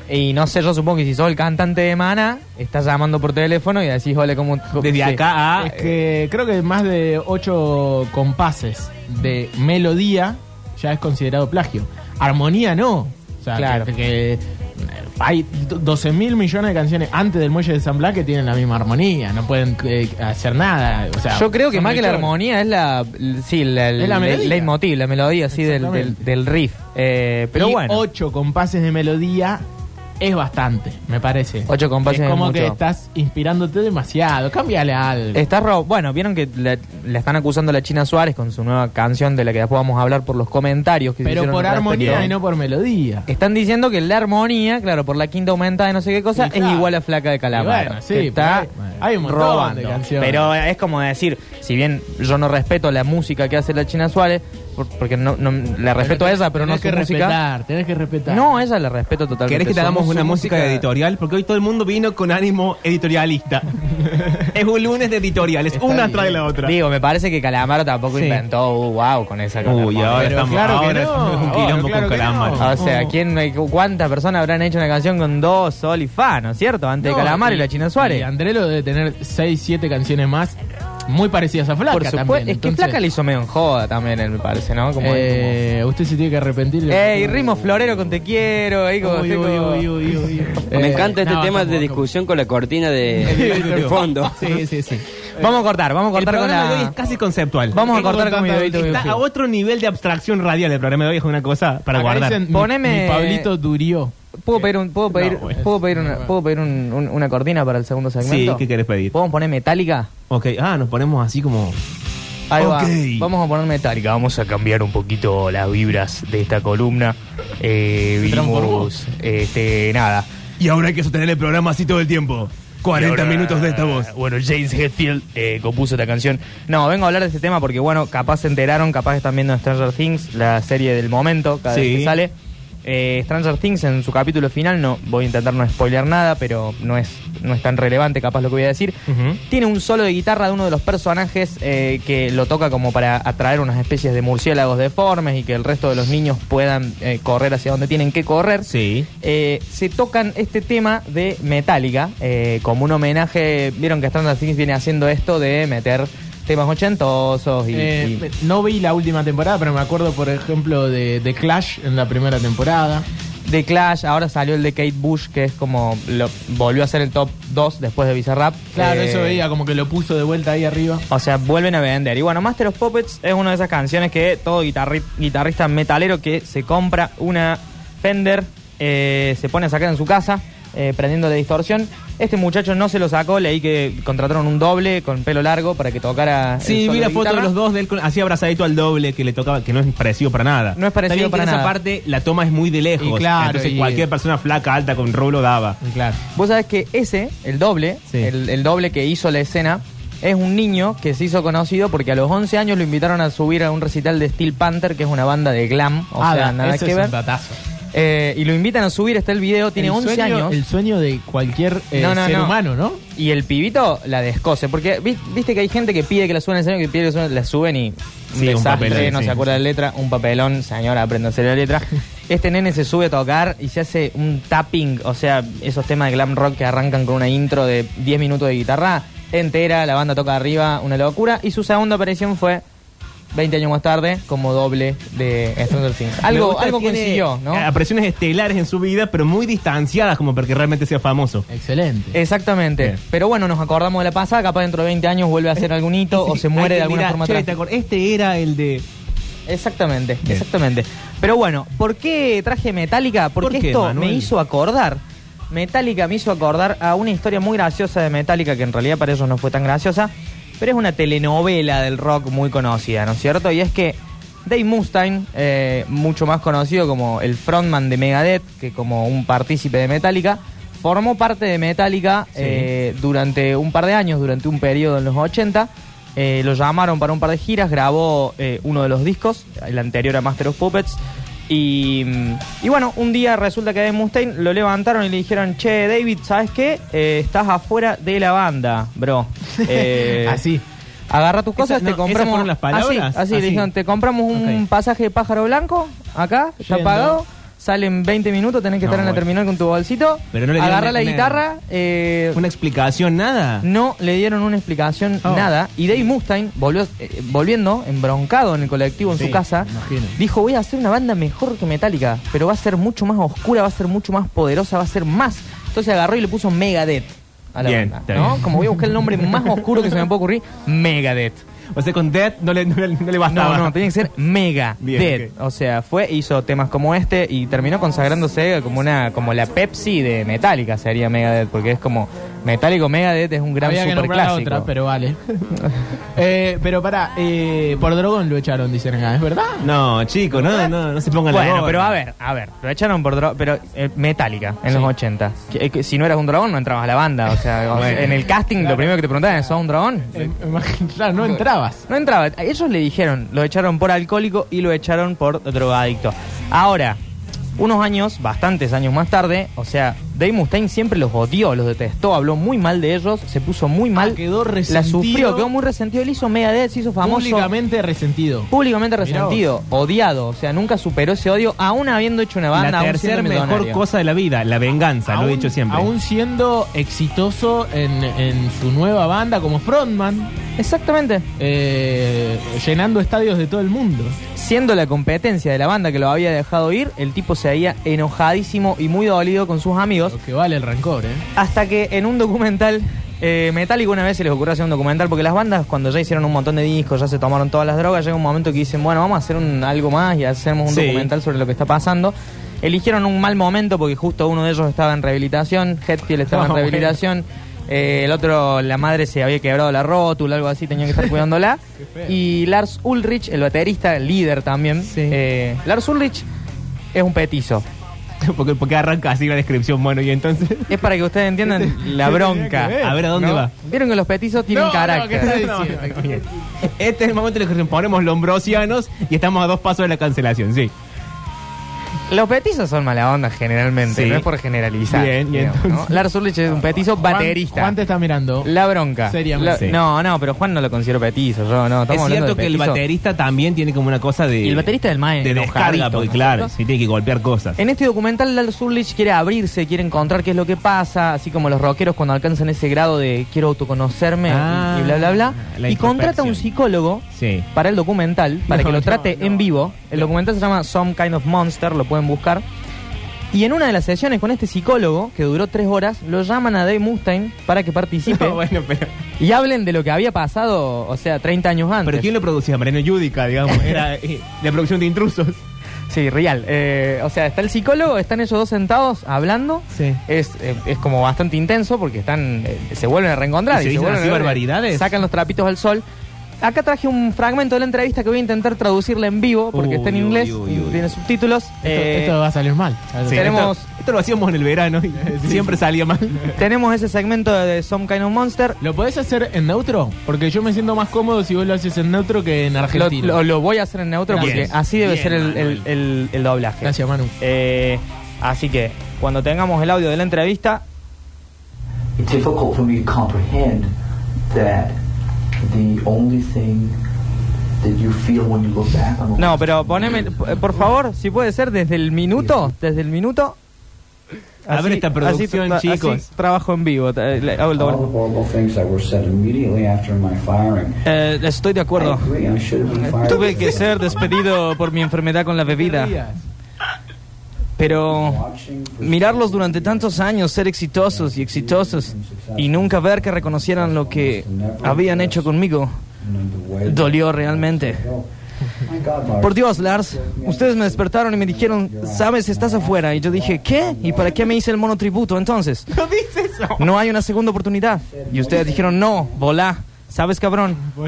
Speaker 3: Y no sé, yo supongo que si sos el cantante de Mana, estás llamando por teléfono y decís, hola, ¿cómo...? cómo-
Speaker 2: Desde
Speaker 3: sí.
Speaker 2: acá a.
Speaker 1: Es que creo que más de ocho compases de melodía ya es considerado plagio. Armonía no. O sea,
Speaker 3: Claro.
Speaker 1: que, que hay 12 mil millones de canciones antes del Muelle de San Blas que tienen la misma armonía, no pueden eh, hacer nada. o sea,
Speaker 3: Yo creo que
Speaker 1: son
Speaker 3: más que la
Speaker 1: millones.
Speaker 3: armonía es la. Sí, la,
Speaker 1: Es la
Speaker 3: el-
Speaker 1: melodía.
Speaker 3: el leitmotiv, la melodía así del, del,
Speaker 1: Exactamente.
Speaker 3: del riff. Eh, pero
Speaker 1: y
Speaker 3: bueno.
Speaker 1: ocho compases de melodía es bastante, me parece.
Speaker 3: Ocho compases
Speaker 1: es
Speaker 3: es
Speaker 1: como
Speaker 3: mucho.
Speaker 1: que estás inspirándote demasiado. Cámbiale algo.
Speaker 3: Está ro- bueno, vieron que le, le están acusando a la China Suárez con su nueva canción de la que después vamos a hablar por los comentarios que se
Speaker 1: pero
Speaker 3: hicieron
Speaker 1: por
Speaker 3: al respecto.
Speaker 1: armonía y no por melodía.
Speaker 3: Están diciendo que la armonía, claro, por la quinta aumentada de no sé qué cosa,
Speaker 1: Y claro.
Speaker 3: es igual a Flaca de Calamar.
Speaker 1: Y bueno, sí,
Speaker 3: que está
Speaker 1: pero hay- hay un montón de
Speaker 3: robando.
Speaker 1: canciones.
Speaker 3: Pero es como decir, si bien yo no respeto la música que hace la China Suárez, por- porque no, no- la respeto a ella, pero no
Speaker 1: tenés
Speaker 3: su
Speaker 1: que
Speaker 3: música.
Speaker 1: respetar, tenés que respetar.
Speaker 3: No, a ella la respeto totalmente.
Speaker 2: ¿Querés que te
Speaker 3: Su-
Speaker 2: hagamos
Speaker 3: su
Speaker 2: una música de editorial? Porque hoy todo el mundo vino con ánimo editorialista. es un lunes de editoriales,
Speaker 1: Está
Speaker 2: una
Speaker 1: bien.
Speaker 2: tras de la otra.
Speaker 3: Digo, me parece que Calamaro tampoco
Speaker 2: Sí.
Speaker 3: inventó, uh, wow, con esa con
Speaker 2: Uy,
Speaker 3: la
Speaker 2: ahora
Speaker 1: Pero
Speaker 2: estamos
Speaker 1: claro que
Speaker 2: ahora
Speaker 1: no,
Speaker 2: es un
Speaker 1: ahora
Speaker 2: quilombo
Speaker 1: claro que
Speaker 2: con calamar.
Speaker 1: no.
Speaker 3: O sea, ¿quién, ¿cuántas personas habrán hecho una canción con dos sol y fa, no es cierto? Antes
Speaker 1: No,
Speaker 3: de Calamar y, la China Suárez.
Speaker 1: Y Andrelo debe tener 6, 7 canciones más muy parecidas a Flaca
Speaker 3: Por supuesto,
Speaker 1: también.
Speaker 3: es que
Speaker 1: entonces,
Speaker 3: Flaca le hizo medio en joda también, él, me parece, ¿no? Como, Eh,
Speaker 1: eh, Usted se tiene que arrepentir.
Speaker 3: como-
Speaker 1: de-
Speaker 3: ¡Ey, ritmo florero con te quiero! ahí como-
Speaker 1: Uy,
Speaker 3: estoy
Speaker 1: uy,
Speaker 3: como-
Speaker 1: uy, uy, uy, uy.
Speaker 4: Me
Speaker 1: Eh,
Speaker 4: encanta este
Speaker 1: no,
Speaker 4: tema
Speaker 1: no,
Speaker 4: de
Speaker 1: no.
Speaker 4: discusión con la cortina de, de fondo.
Speaker 1: Sí, sí, sí.
Speaker 3: Vamos a cortar, vamos a
Speaker 2: El
Speaker 3: cortar con
Speaker 2: programa de hoy
Speaker 3: la...
Speaker 2: es casi conceptual. Eh,
Speaker 3: Vamos a
Speaker 1: Tengo
Speaker 3: cortar con mi
Speaker 1: tanta-
Speaker 3: dedito
Speaker 1: está
Speaker 2: Está a
Speaker 3: biofilm.
Speaker 2: otro nivel de abstracción radial el programa de hoy, es una cosa para
Speaker 1: Acá
Speaker 2: guardar.
Speaker 1: dicen, mi-
Speaker 3: Poneme-
Speaker 1: mi Pablito Durió.
Speaker 3: ¿Puedo pedir, un, puedo pedir,
Speaker 2: No, bueno.
Speaker 3: ¿puedo pedir, una, ¿puedo pedir un- un- una cortina para el segundo segmento?
Speaker 2: Sí, ¿qué querés pedir?
Speaker 3: ¿Podemos poner metálica?
Speaker 2: Ok, ah, nos ponemos así como...
Speaker 3: Ahí va.
Speaker 2: Ok.
Speaker 3: Vamos a poner metálica. Vamos a cambiar un poquito las vibras de esta columna. Eh,
Speaker 1: ¿Se transformó?
Speaker 3: vinimos, este, nada.
Speaker 2: Y ahora hay que sostener el programa así todo el tiempo.
Speaker 3: Y ahora, eh, Bueno, James Hetfield eh, compuso esta canción. No, vengo a hablar de este tema porque, bueno, capaz se enteraron, capaz están viendo Stranger Things, la serie del momento, cada
Speaker 2: Sí.
Speaker 3: vez que sale. Eh, Stranger Things en su capítulo final, no voy a intentar no spoilear nada, pero no es, no es tan relevante capaz lo que voy a decir.
Speaker 2: Ujú.
Speaker 3: Tiene un solo de guitarra de uno de los personajes eh, que lo toca como para atraer unas especies de murciélagos deformes y que el resto de los niños puedan eh, correr hacia donde tienen que correr
Speaker 2: Sí.
Speaker 3: eh, se tocan este tema de Metallica eh, como un homenaje. Vieron que Stranger Things viene haciendo esto de meter temas ochentosos y,
Speaker 1: Eh,
Speaker 3: y-
Speaker 1: me- no vi la última temporada, pero me acuerdo, por ejemplo, de, de Clash en la primera temporada.
Speaker 3: de Clash. Ahora salió el de Kate Bush, que es como lo, volvió a ser el top 2 después de Bizarrap.
Speaker 1: Claro,
Speaker 3: Eh,
Speaker 1: eso veía como que lo puso de vuelta ahí arriba.
Speaker 3: O sea, vuelven a vender. Y bueno, Master of Puppets es una de esas canciones que todo guitarri- guitarrista metalero que se compra una Fender eh, se pone a sacar en su casa, eh, prendiendo la distorsión. Este muchacho no se lo sacó, leí que contrataron un doble con pelo largo para que tocara. el
Speaker 2: Sí,
Speaker 3: solo
Speaker 2: vi la foto
Speaker 3: guitarra.
Speaker 2: de los dos de él con- así abrazadito al doble que le tocaba, que no es parecido para nada.
Speaker 3: No es
Speaker 2: Está
Speaker 3: parecido
Speaker 2: bien que
Speaker 3: para
Speaker 2: en
Speaker 3: nada.
Speaker 2: Esa parte la toma es muy de lejos.
Speaker 1: Y claro,
Speaker 2: entonces
Speaker 1: y-
Speaker 2: cualquier persona flaca, alta, con rolo daba.
Speaker 1: Claro.
Speaker 3: Vos sabés que ese, el doble,
Speaker 2: Sí.
Speaker 3: el, el doble que hizo la escena, es un niño que se hizo conocido porque a los 11 años lo invitaron a subir a un recital de Steel Panther, que es una banda de glam,
Speaker 2: Ah,
Speaker 3: o sea, nada
Speaker 1: ese
Speaker 3: que
Speaker 1: es
Speaker 3: ver.
Speaker 1: un datazo.
Speaker 3: Eh, y lo invitan a subir, está el video, tiene
Speaker 1: El
Speaker 3: 11
Speaker 1: sueño-
Speaker 3: años.
Speaker 1: El sueño de cualquier eh,
Speaker 3: No, no,
Speaker 1: ser
Speaker 3: no.
Speaker 1: humano, ¿no?
Speaker 3: Y el pibito la descose, porque vi- viste que hay gente que pide que la suban en serio, que pide que la suban, la suben y un
Speaker 2: Sí, un
Speaker 3: desastre,
Speaker 2: papelón,
Speaker 3: no
Speaker 2: sí.
Speaker 3: se acuerda de la letra, un papelón, señora, apréndanse la letra. Este nene se sube a tocar y se hace un tapping, o sea, esos temas de glam rock que arrancan con una intro de 10 minutos de guitarra entera, la banda toca arriba, una locura. Y su segunda aparición fue 20 años más tarde como doble de Stranger Things.
Speaker 2: Me
Speaker 3: Algo,
Speaker 2: gusta,
Speaker 3: algo
Speaker 2: tiene,
Speaker 3: consiguió, ¿no?
Speaker 2: eh, Apariciones estelares en su vida, pero muy distanciadas como para que realmente sea famoso.
Speaker 1: Excelente.
Speaker 3: Exactamente.
Speaker 2: Bien.
Speaker 3: Pero bueno, nos acordamos de la pasada, capaz dentro de 20 años vuelve a hacer algún hito o
Speaker 2: Sí,
Speaker 3: se muere
Speaker 2: hay
Speaker 3: de
Speaker 2: que
Speaker 3: alguna
Speaker 2: mirar,
Speaker 3: forma
Speaker 2: che,
Speaker 3: trágica.
Speaker 2: ¿te acordás? Este era el de...
Speaker 3: Exactamente,
Speaker 2: Bien.
Speaker 3: exactamente. Pero bueno, ¿por qué traje Metallica? Porque
Speaker 2: ¿Por qué,
Speaker 3: esto
Speaker 2: Manuel?
Speaker 3: me hizo acordar. Metallica me hizo acordar a una historia muy graciosa de Metallica que en realidad para ellos no fue tan graciosa, pero es una telenovela del rock muy conocida, ¿no es cierto? Y es que Dave Mustaine, eh, mucho más conocido como el frontman de Megadeth que como un partícipe de Metallica, formó parte de Metallica eh, durante un par de años, durante un periodo en los 80. Eh, lo llamaron para un par de giras, grabó eh, uno de los discos, el anterior a Master of Puppets. Y, mm, y bueno, un día resulta que Dave Mustaine lo levantaron y le dijeron, che, David, ¿sabes qué? Eh, estás afuera de la banda, bro. Eh,
Speaker 1: Así.
Speaker 3: Agarra tus
Speaker 2: Esa-
Speaker 3: cosas,
Speaker 2: no,
Speaker 3: te
Speaker 2: ¿esas
Speaker 3: compramos... Ah,
Speaker 2: fueron las palabras?
Speaker 3: Así, así,
Speaker 2: Así.
Speaker 3: le dijeron, te compramos un
Speaker 2: Ok.
Speaker 3: pasaje de pájaro blanco, acá, está
Speaker 1: Yendo.
Speaker 3: pagado. salen 20 minutos, tenés que
Speaker 2: No,
Speaker 3: estar en la
Speaker 2: bueno.
Speaker 3: terminal con tu bolsito.
Speaker 2: Pero no le dieron
Speaker 3: agarra la
Speaker 2: una-
Speaker 3: guitarra. eh,
Speaker 2: ¿Una explicación? ¿Nada?
Speaker 3: no le dieron una explicación,
Speaker 2: Oh.
Speaker 3: nada. Y Dave Mustaine, volvió, eh, volviendo, embroncado en el colectivo en
Speaker 1: Sí,
Speaker 3: su casa,
Speaker 1: me imagino.
Speaker 3: dijo, voy a hacer una banda mejor que Metallica, pero va a ser mucho más oscura, va a ser mucho más poderosa, va a ser más... Entonces agarró y le puso Megadeth a la
Speaker 2: Bien,
Speaker 3: banda,
Speaker 2: está
Speaker 3: ¿no?
Speaker 2: bien.
Speaker 3: Como voy a buscar el nombre más oscuro que se me puede ocurrir, Megadeth.
Speaker 2: O sea, con Dead no le, no le- no le bastaba.
Speaker 3: No, no, tenía que ser mega
Speaker 2: Bien,
Speaker 3: dead. O sea, fue, hizo temas como este y terminó consagrándose como una, como la Pepsi de Metallica sería Megadeth, porque es como Metallica o Megadeth es un gran
Speaker 1: Había que nombrar a
Speaker 3: superclásico.
Speaker 1: otra, pero vale. Eh, pero pará, eh, por drogón lo echaron, dicen acá, ¿es verdad?
Speaker 2: No, chico, no, no, no se pongan la
Speaker 3: Bueno,
Speaker 2: gorra.
Speaker 3: pero a ver, a ver, lo echaron por dro- pero eh, Metallica en
Speaker 1: Sí.
Speaker 3: los 80. Que- que si no eras un dragón no entrabas a la banda, o sea, o sea, en el casting lo primero que te preguntaban es, ¿sos un dragón?
Speaker 1: Eh, claro, no entrabas.
Speaker 3: No entraba, A ellos le dijeron, lo echaron por alcohólico y lo echaron por drogadicto. Ahora, unos años, bastantes años más tarde, o sea, Dave Mustaine siempre los odió, los detestó, habló muy mal de ellos, se puso muy mal,
Speaker 1: Ah, quedó
Speaker 3: la
Speaker 1: resentido.
Speaker 3: sufrió, quedó muy resentido, él hizo Megadeth, se hizo famoso
Speaker 1: Públicamente resentido.
Speaker 3: públicamente
Speaker 1: Mirá
Speaker 3: resentido, odiado, o sea, nunca superó ese odio, aún habiendo hecho una banda,
Speaker 2: La
Speaker 3: aún
Speaker 2: tercera
Speaker 3: siendo
Speaker 2: mejor
Speaker 3: millonario.
Speaker 2: cosa de la vida, la venganza, lo he dicho siempre.
Speaker 1: Aún siendo exitoso en, en su nueva banda como frontman,
Speaker 3: Exactamente,
Speaker 1: eh, llenando estadios de todo el mundo.
Speaker 3: siendo la competencia de la banda que lo había dejado ir, el tipo se veía enojadísimo y muy dolido con sus amigos,
Speaker 1: Lo que vale el rencor, ¿eh?
Speaker 3: hasta que en un documental eh, Metallica una vez se les ocurrió hacer un documental porque las bandas cuando ya hicieron un montón de discos, ya se tomaron todas las drogas, llega un momento que dicen, bueno, vamos a hacer un, algo más y hacemos un
Speaker 2: Sí.
Speaker 3: documental sobre lo que está pasando. Eligieron un mal momento porque justo uno de ellos estaba en rehabilitación, Hetfield estaba
Speaker 1: Ah,
Speaker 3: en
Speaker 1: bueno.
Speaker 3: rehabilitación, eh, el otro, la madre se había quebrado la rótula, algo así, tenía que estar cuidándola. y Lars Ulrich, el baterista, el líder también.
Speaker 1: Sí.
Speaker 3: eh, Lars Ulrich es un petizo.
Speaker 2: porque, porque arranca así la descripción, bueno, y entonces.
Speaker 3: Es para que ustedes entiendan la
Speaker 1: ¿Qué Este tenía
Speaker 3: bronca.
Speaker 1: que ver?
Speaker 2: A ver a dónde va.
Speaker 3: Vieron que los petizos tienen
Speaker 1: No, no, ¿qué
Speaker 3: carácter.
Speaker 1: estás
Speaker 2: No,
Speaker 1: diciendo?
Speaker 2: no, bien. Este es el momento en el que nos ponemos lombrosianos y estamos a dos pasos de la cancelación, sí.
Speaker 3: los petizos son mala onda generalmente,
Speaker 2: Sí.
Speaker 3: no es por generalizar.
Speaker 2: Bien, y
Speaker 3: digamos, ¿no?
Speaker 2: entonces-
Speaker 3: Lars Ulrich es un petizo
Speaker 1: Ah, Juan-
Speaker 3: baterista.
Speaker 1: Juan te está mirando.
Speaker 3: La bronca.
Speaker 1: Seriamente.
Speaker 3: La-
Speaker 2: Sí.
Speaker 3: No, no, pero Juan no lo considero petizo, yo no. estamos
Speaker 2: es
Speaker 3: hablando
Speaker 2: cierto
Speaker 3: de
Speaker 2: que el
Speaker 3: petizo.
Speaker 2: baterista también tiene como una cosa de.
Speaker 3: Y el baterista del más
Speaker 2: de descarga,
Speaker 3: enojadito,
Speaker 2: porque
Speaker 3: ¿no?
Speaker 2: claro, sí tiene que golpear cosas.
Speaker 3: En este documental Lars Ulrich quiere abrirse, quiere encontrar qué es lo que pasa, así como los rockeros cuando alcanzan ese grado de quiero autoconocerme y-
Speaker 2: Ah,
Speaker 3: y bla bla bla.
Speaker 2: la
Speaker 3: Y contrata a un
Speaker 2: introspección.
Speaker 3: psicólogo
Speaker 2: Sí.
Speaker 3: para el documental, para
Speaker 1: No,
Speaker 3: que lo
Speaker 1: no,
Speaker 3: trate
Speaker 1: no.
Speaker 3: en vivo. El documental se llama Some Kind of Monster, lo pueden buscar. Y en una de las sesiones con este psicólogo, que duró tres horas, lo llaman a Dave Mustaine para que participe
Speaker 2: No, Ah, bueno, pero.
Speaker 3: y hablen de lo que había pasado, o sea, 30 años antes.
Speaker 2: ¿Pero quién lo producía? Mariano Yudica, digamos. Era eh, la producción de intrusos.
Speaker 3: Sí, real. Eh, o sea, está el psicólogo, están ellos dos sentados hablando.
Speaker 2: Sí.
Speaker 3: Es, eh, es como bastante intenso porque están eh, se vuelven a reencontrar.
Speaker 2: ¿Y se dicen
Speaker 3: vuelven
Speaker 2: así
Speaker 3: a ver,
Speaker 2: barbaridades?
Speaker 3: Sacan los trapitos al sol. Acá traje un fragmento de la entrevista que voy a intentar traducirla en vivo porque
Speaker 2: Uy,
Speaker 3: está en
Speaker 2: uy,
Speaker 3: inglés,
Speaker 2: uy, uy.
Speaker 3: tiene subtítulos.
Speaker 1: Esto,
Speaker 3: Eh,
Speaker 1: esto va a salir mal.
Speaker 2: Sí,
Speaker 3: Tenemos-
Speaker 2: Esto, esto lo hacíamos en el verano y siempre salía mal.
Speaker 3: Tenemos ese segmento de Some Kind of Monster.
Speaker 1: ¿Lo podés hacer en neutro? Porque yo me siento más cómodo si vos lo haces en neutro que en
Speaker 3: Lo,
Speaker 1: argentino.
Speaker 3: lo- lo voy a hacer en neutro
Speaker 2: Bien.
Speaker 3: porque así debe
Speaker 2: Bien,
Speaker 3: ser el,
Speaker 2: Manuel.
Speaker 3: el- el- el doblaje.
Speaker 1: Gracias, Manu.
Speaker 3: Eh, así que cuando tengamos el audio de la entrevista,
Speaker 5: it's difficult for me to comprehend that the only thing that you feel when you look back on the
Speaker 3: No, pero poneme, eh, por favor, si puede ser, desde el minuto, desde el minuto.
Speaker 2: A ver esta producción,
Speaker 3: tra-
Speaker 2: chicos.
Speaker 3: así trabajo en vivo. eh, le hago el
Speaker 6: All the
Speaker 3: doble.
Speaker 6: horrible things that were said immediately after my firing.
Speaker 3: Eh, estoy de
Speaker 6: I
Speaker 3: acuerdo.
Speaker 6: agree, I should have been fired.
Speaker 3: Tuve que ser despedido por mi enfermedad con la bebida, pero
Speaker 6: Watching for-
Speaker 3: mirarlos durante tantos años ser exitosos y exitosos y nunca ver que reconocieran lo que habían hecho conmigo
Speaker 6: And the way-
Speaker 3: dolió realmente.
Speaker 6: My God, Lars.
Speaker 3: Por Dios, Lars, ustedes me despertaron y me dijeron, sabes, estás afuera. Y yo dije, ¿qué? ¿Y para qué me hice el monotributo entonces? No dices eso. No hay una segunda oportunidad. Y ustedes dijeron, no, volá. Sabes, cabrón,
Speaker 6: You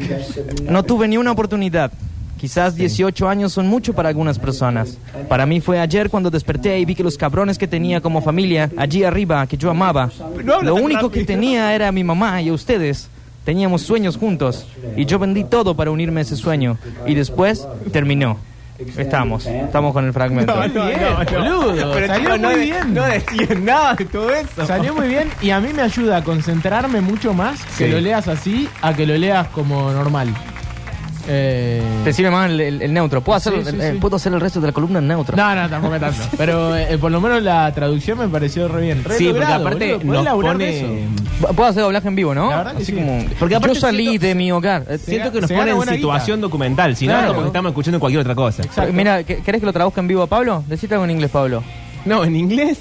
Speaker 6: guys said
Speaker 3: no tuve ni una oportunidad. Quizás 18 años son mucho para algunas personas. Para mí fue ayer cuando desperté y vi que los cabrones que tenía como familia allí arriba, que yo amaba, lo único que tenía era a mi mamá y a ustedes. Teníamos sueños juntos y yo vendí todo para unirme a ese sueño. Y después terminó. Estamos, estamos con el fragmento.
Speaker 1: Bien, boludo,
Speaker 2: Pero
Speaker 1: salió
Speaker 2: chicos, no,
Speaker 1: muy
Speaker 2: de-
Speaker 1: bien.
Speaker 2: no decían nada de todo eso.
Speaker 1: Salió muy bien y a mí me ayuda a concentrarme mucho más que
Speaker 2: Sí.
Speaker 1: lo leas así a que lo leas como normal. Eh,
Speaker 3: Te sirve más el, el- el neutro. ¿Puedo hacer,
Speaker 1: Sí, sí,
Speaker 3: eh,
Speaker 1: sí.
Speaker 3: ¿Puedo hacer el resto de la columna en neutro?
Speaker 1: no, no, tampoco tanto. Pero eh, por lo menos la traducción me pareció re bien. Re
Speaker 2: Sí, porque
Speaker 1: logrado,
Speaker 2: aparte
Speaker 1: boludo. Podés
Speaker 2: nos
Speaker 1: laburar
Speaker 2: pone-
Speaker 1: de eso.
Speaker 3: Puedo hacer doblaje en vivo, ¿no?
Speaker 1: La verdad que
Speaker 3: Así
Speaker 1: sí.
Speaker 3: como,
Speaker 2: Porque aparte
Speaker 3: yo salí
Speaker 2: siento-
Speaker 3: de mi hogar. Eh,
Speaker 1: Sí,
Speaker 2: Siento que nos
Speaker 1: Se gana
Speaker 2: pone en
Speaker 1: buena
Speaker 2: situación documental, si
Speaker 1: Claro.
Speaker 2: no, porque estamos escuchando cualquier otra cosa.
Speaker 1: Exacto.
Speaker 3: Mira, ¿qu- ¿querés que lo traduzca en vivo a Pablo? Decite algo en inglés, Pablo.
Speaker 2: No, en inglés.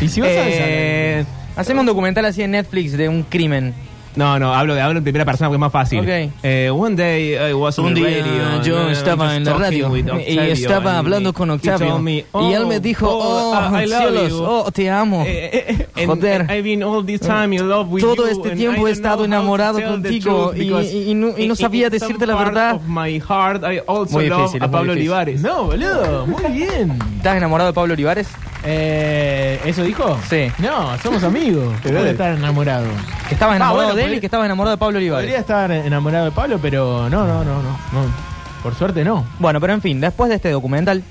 Speaker 1: Y si vos sabés
Speaker 3: Eh,
Speaker 1: hablar
Speaker 3: hacemos un documental así en Netflix de un crimen.
Speaker 2: No, no, hablo, de- hablo en primera persona porque es más fácil.
Speaker 3: Ok.
Speaker 2: Eh, one day I was on
Speaker 7: Un
Speaker 2: the
Speaker 7: día
Speaker 2: radio,
Speaker 7: yo
Speaker 2: and I
Speaker 7: estaba
Speaker 2: was
Speaker 7: en la
Speaker 2: talking
Speaker 7: radio
Speaker 2: with
Speaker 7: y
Speaker 2: Octavio,
Speaker 7: estaba
Speaker 2: and
Speaker 7: hablando con
Speaker 2: he
Speaker 7: Octavio
Speaker 2: told me,
Speaker 7: y él me
Speaker 2: "Oh,
Speaker 7: dijo,
Speaker 2: Paul,
Speaker 7: oh,
Speaker 2: I- I love
Speaker 7: cielos,
Speaker 2: you".
Speaker 7: oh, te amo.
Speaker 2: Eh, eh, eh, and-
Speaker 7: Joder.
Speaker 2: and I've been all this time in love with
Speaker 7: Todo
Speaker 2: you,
Speaker 7: este
Speaker 2: and
Speaker 7: tiempo
Speaker 2: I
Speaker 7: he
Speaker 2: don't know how
Speaker 7: estado
Speaker 2: to
Speaker 7: enamorado
Speaker 2: tell the
Speaker 7: contigo
Speaker 2: truth
Speaker 7: y-
Speaker 2: because
Speaker 7: y- y no- y no
Speaker 2: in- in
Speaker 7: sabía
Speaker 2: some
Speaker 7: decirte la
Speaker 2: part
Speaker 7: verdad.
Speaker 2: of my heart, I also
Speaker 3: Muy
Speaker 2: love
Speaker 3: difícil,
Speaker 2: a
Speaker 3: es muy
Speaker 2: Pablo
Speaker 3: difícil.
Speaker 1: inglés.
Speaker 2: Olivares.
Speaker 1: No, boludo, muy bien.
Speaker 3: ¿Estás enamorado de Pablo Olivares?
Speaker 1: Eh, ¿Eso dijo?
Speaker 3: Sí.
Speaker 1: No, somos amigos. Puedo estar enamorado.
Speaker 3: Que estabas
Speaker 1: Ah,
Speaker 3: enamorado
Speaker 1: bueno,
Speaker 3: de él
Speaker 1: podría-
Speaker 3: y que estabas enamorado de Pablo Olivares.
Speaker 1: Podría estar enamorado de Pablo, pero no, no, no, no. no. Por suerte no.
Speaker 3: Bueno, pero en fin, después de este documental,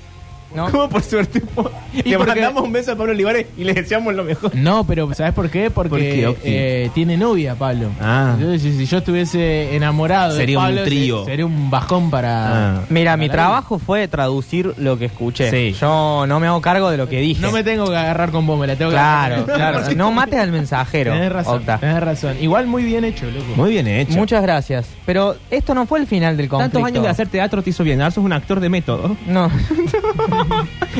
Speaker 3: ¿no?
Speaker 2: ¿Cómo por suerte? po?
Speaker 3: Y
Speaker 2: Le
Speaker 3: porque-
Speaker 2: mandamos un beso a Pablo Olivares y le deseamos lo mejor.
Speaker 1: No, pero ¿sabes por qué? Porque
Speaker 2: ¿Por qué, Octi?
Speaker 1: eh, tiene novia Pablo.
Speaker 2: Ah.
Speaker 1: Entonces, si, si yo estuviese enamorado de
Speaker 2: Sería un
Speaker 1: Pablo, se-
Speaker 2: trío.
Speaker 1: sería un bajón para...
Speaker 2: Ah.
Speaker 3: Mira, mi trabajo fue traducir lo que escuché.
Speaker 2: Sí.
Speaker 3: Yo no me hago cargo de lo que dije.
Speaker 1: No me tengo que agarrar con vos, me la tengo
Speaker 3: Claro,
Speaker 1: que agarrar.
Speaker 3: claro. No mates al mensajero.
Speaker 1: Tenés razón,
Speaker 3: Octa.
Speaker 1: tenés razón. Igual muy bien hecho, loco.
Speaker 2: Muy bien hecho.
Speaker 3: Muchas gracias. Pero esto no fue el final del conflicto.
Speaker 2: Tantos años de hacer teatro te hizo bien. Ahora sos un actor de método.
Speaker 3: No.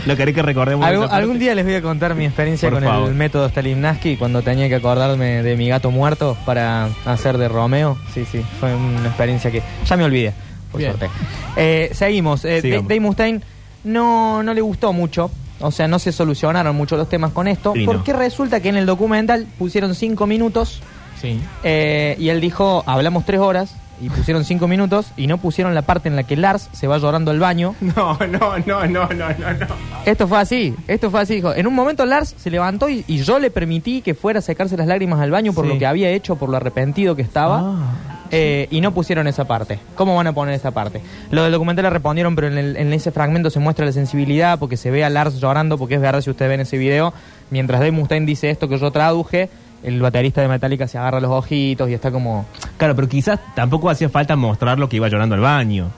Speaker 2: Lo querés que recordemos.
Speaker 3: Algún-
Speaker 2: esa parte.
Speaker 3: algún día les voy a contar mi experiencia
Speaker 2: Por
Speaker 3: con
Speaker 2: favor.
Speaker 3: el método Stalinnaski cuando tenía que acordarme de mi gato muerto para hacer de Romeo. Sí, sí, fue una experiencia que ya me olvidé, por
Speaker 1: Bien.
Speaker 3: suerte. Eh, seguimos. Eh,
Speaker 2: Sigamos.
Speaker 3: Dave Mustaine no, no le gustó mucho. O sea, no se solucionaron mucho los temas con esto.
Speaker 2: Y no.
Speaker 3: Porque resulta que en el documental pusieron cinco minutos
Speaker 1: Sí.
Speaker 3: eh, y él dijo, hablamos tres horas y pusieron cinco minutos y no pusieron la parte en la que Lars se va llorando al baño.
Speaker 2: No, no, no, no, no, no, no.
Speaker 3: Esto fue así, esto fue así, dijo. En un momento Lars se levantó y, y yo le permití que fuera a secarse las lágrimas al baño por
Speaker 1: Sí.
Speaker 3: lo que había hecho, por lo arrepentido que estaba.
Speaker 2: Ah,
Speaker 3: Eh, Y no pusieron esa parte. ¿Cómo van a poner esa parte? Lo del documental le respondieron, pero en, el- en ese fragmento se muestra la sensibilidad porque se ve a Lars llorando, porque es verdad si ustedes ven ese video, mientras Dave Mustaine dice esto que yo traduje, el baterista de Metallica se agarra los ojitos y está como...
Speaker 2: Claro, pero quizás tampoco hacía falta mostrar lo que iba llorando al baño.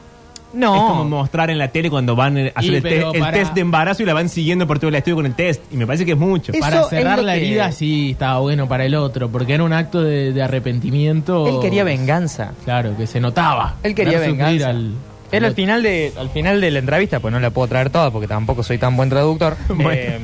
Speaker 3: No.
Speaker 2: Es como mostrar en la tele cuando van a hacer
Speaker 1: Y,
Speaker 2: el,
Speaker 1: pero
Speaker 2: te- el
Speaker 1: para-
Speaker 2: test de embarazo y la van siguiendo por todo el estudio con el test. Y me parece que es mucho.
Speaker 3: Es-
Speaker 1: Para
Speaker 3: Eso
Speaker 1: cerrar
Speaker 3: lo
Speaker 1: la
Speaker 3: que-
Speaker 1: herida sí estaba bueno para el otro, porque era un acto de, de arrepentimiento.
Speaker 3: Él quería venganza.
Speaker 1: Claro, que se notaba.
Speaker 3: Él quería
Speaker 1: Ver sufrir
Speaker 3: venganza.
Speaker 1: al-
Speaker 3: Él al
Speaker 1: otro.
Speaker 3: final, de, al final de la entrevista, pues no la puedo traer toda porque tampoco soy tan buen traductor. eh,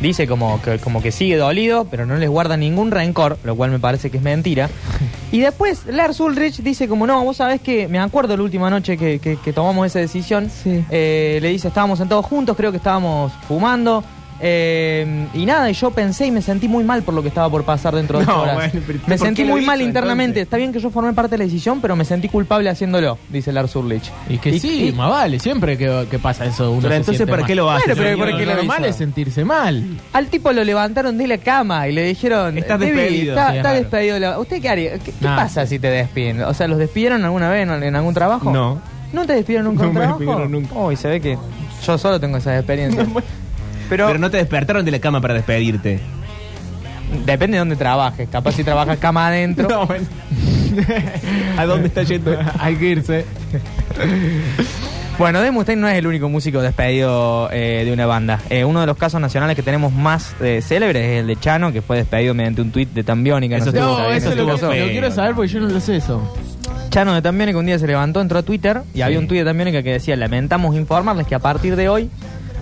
Speaker 3: dice como que, como que sigue dolido, pero no les guarda ningún rencor, lo cual me parece que es mentira. Y después Lars Ulrich dice como, no, vos sabés que me acuerdo la última noche que, que- que tomamos esa decisión. Eh, le dice, estábamos sentados juntos, creo que estábamos fumando. eh, y nada, y yo pensé y me sentí muy mal por lo que estaba por pasar dentro de
Speaker 2: No,
Speaker 3: ocho horas.
Speaker 2: bueno, pero ¿por
Speaker 3: me
Speaker 2: qué
Speaker 3: sentí
Speaker 2: lo
Speaker 3: muy mal
Speaker 2: hizo,
Speaker 3: internamente.
Speaker 2: entonces?
Speaker 3: Está bien que yo formé parte de la decisión, pero me sentí culpable haciéndolo, dice Lars Ulrich.
Speaker 1: Y que sí,
Speaker 3: y-
Speaker 1: más vale, siempre que, que pasa eso. Uno
Speaker 2: Pero
Speaker 1: se
Speaker 2: entonces,
Speaker 1: siente
Speaker 2: ¿para
Speaker 1: mal.
Speaker 2: qué lo haces?
Speaker 3: Bueno, pero
Speaker 2: No,
Speaker 3: ¿por qué
Speaker 1: lo
Speaker 3: lo
Speaker 1: normal
Speaker 3: hizo?
Speaker 1: es sentirse mal.
Speaker 3: Al tipo lo levantaron de la cama y le dijeron,
Speaker 2: Estás
Speaker 3: "Debbie,
Speaker 2: despedido".
Speaker 3: Está,
Speaker 1: Sí,
Speaker 3: está
Speaker 1: es raro.
Speaker 3: despedido. la- ¿Usted qué haría? ¿Qué, qué
Speaker 1: Nah,
Speaker 3: pasa si te despiden? O sea, ¿los despidieron alguna vez en, en algún trabajo?
Speaker 2: No.
Speaker 3: ¿No te despidieron nunca
Speaker 2: No
Speaker 3: en
Speaker 2: me
Speaker 3: trabajo?
Speaker 2: despidieron nunca.
Speaker 3: Uy, se ve que yo solo tengo esas experiencias.
Speaker 2: pero... no te despertaron de la cama para despedirte.
Speaker 3: Depende de dónde trabajes. Capaz si trabajas cama adentro.
Speaker 2: No, bueno. ¿A dónde está yendo?
Speaker 1: Hay que irse.
Speaker 3: Bueno, Dave Mustaine no es el único músico despedido eh, de una banda. Eh, uno de los casos nacionales que tenemos más eh, célebres es el de Chano, que fue despedido mediante un tuit de Tambiónica.
Speaker 2: Eso
Speaker 3: sé
Speaker 2: estuvo-
Speaker 3: si
Speaker 1: No,
Speaker 3: sabían
Speaker 1: eso
Speaker 2: estuvo
Speaker 1: lo,
Speaker 3: pasó.
Speaker 1: lo
Speaker 2: feo.
Speaker 1: quiero saber porque yo no lo sé eso.
Speaker 3: Chano de Tambiónica un día se levantó, entró a Twitter y había un tuit de Tambiónica que decía, lamentamos informarles que a partir de hoy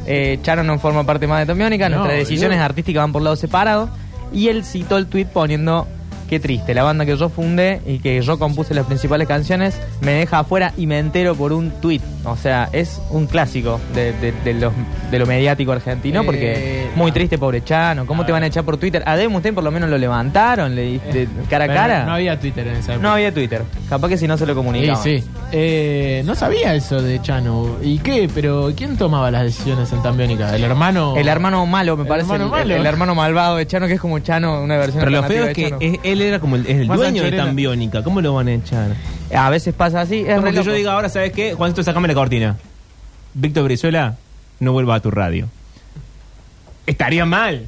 Speaker 3: eh, Chano no forma parte más de Tambiónica,
Speaker 1: No,
Speaker 3: nuestras decisiones
Speaker 1: boludo.
Speaker 3: artísticas van por lados separados. Y él citó el tuit poniendo, qué triste, la banda que yo fundé y que yo compuse las principales canciones me deja afuera y me entero por un tuit. O sea, es un clásico de, de- de los- de lo mediático argentino porque
Speaker 1: Eh, Ah.
Speaker 3: muy
Speaker 1: no.
Speaker 3: triste, pobre Chano, ¿cómo te van a echar por Twitter? A Dave Mustaine por lo menos lo levantaron, le diste cara a
Speaker 1: Pero
Speaker 3: cara.
Speaker 1: Eh, No había Twitter en esa época.
Speaker 3: No había Twitter. Capaz que si no se lo
Speaker 1: Sí,
Speaker 3: comunicaban.
Speaker 1: sí. Eh, no sabía eso de Chano. ¿Y qué? Pero ¿quién tomaba las decisiones en Tambiónica? ¿El hermano?
Speaker 3: El hermano malo, me
Speaker 1: El
Speaker 3: parece.
Speaker 1: hermano
Speaker 3: el,
Speaker 1: malo.
Speaker 3: el hermano malvado de Chano, que es como Chano, una versión
Speaker 2: Pero lo
Speaker 3: alternativa
Speaker 2: feo es
Speaker 3: de
Speaker 2: que
Speaker 3: Chano.
Speaker 2: es- él era como el, es el
Speaker 1: Más
Speaker 2: dueño de
Speaker 1: anchorera.
Speaker 2: Tambiónica. ¿Cómo lo van a echar?
Speaker 3: A veces pasa así. Es
Speaker 2: Como
Speaker 3: re
Speaker 2: que yo
Speaker 3: loco.
Speaker 2: diga ahora, ¿sabes qué? Juancito, sacame la cortina. Víctor Brizuela, no vuelva a tu radio. Estaría mal.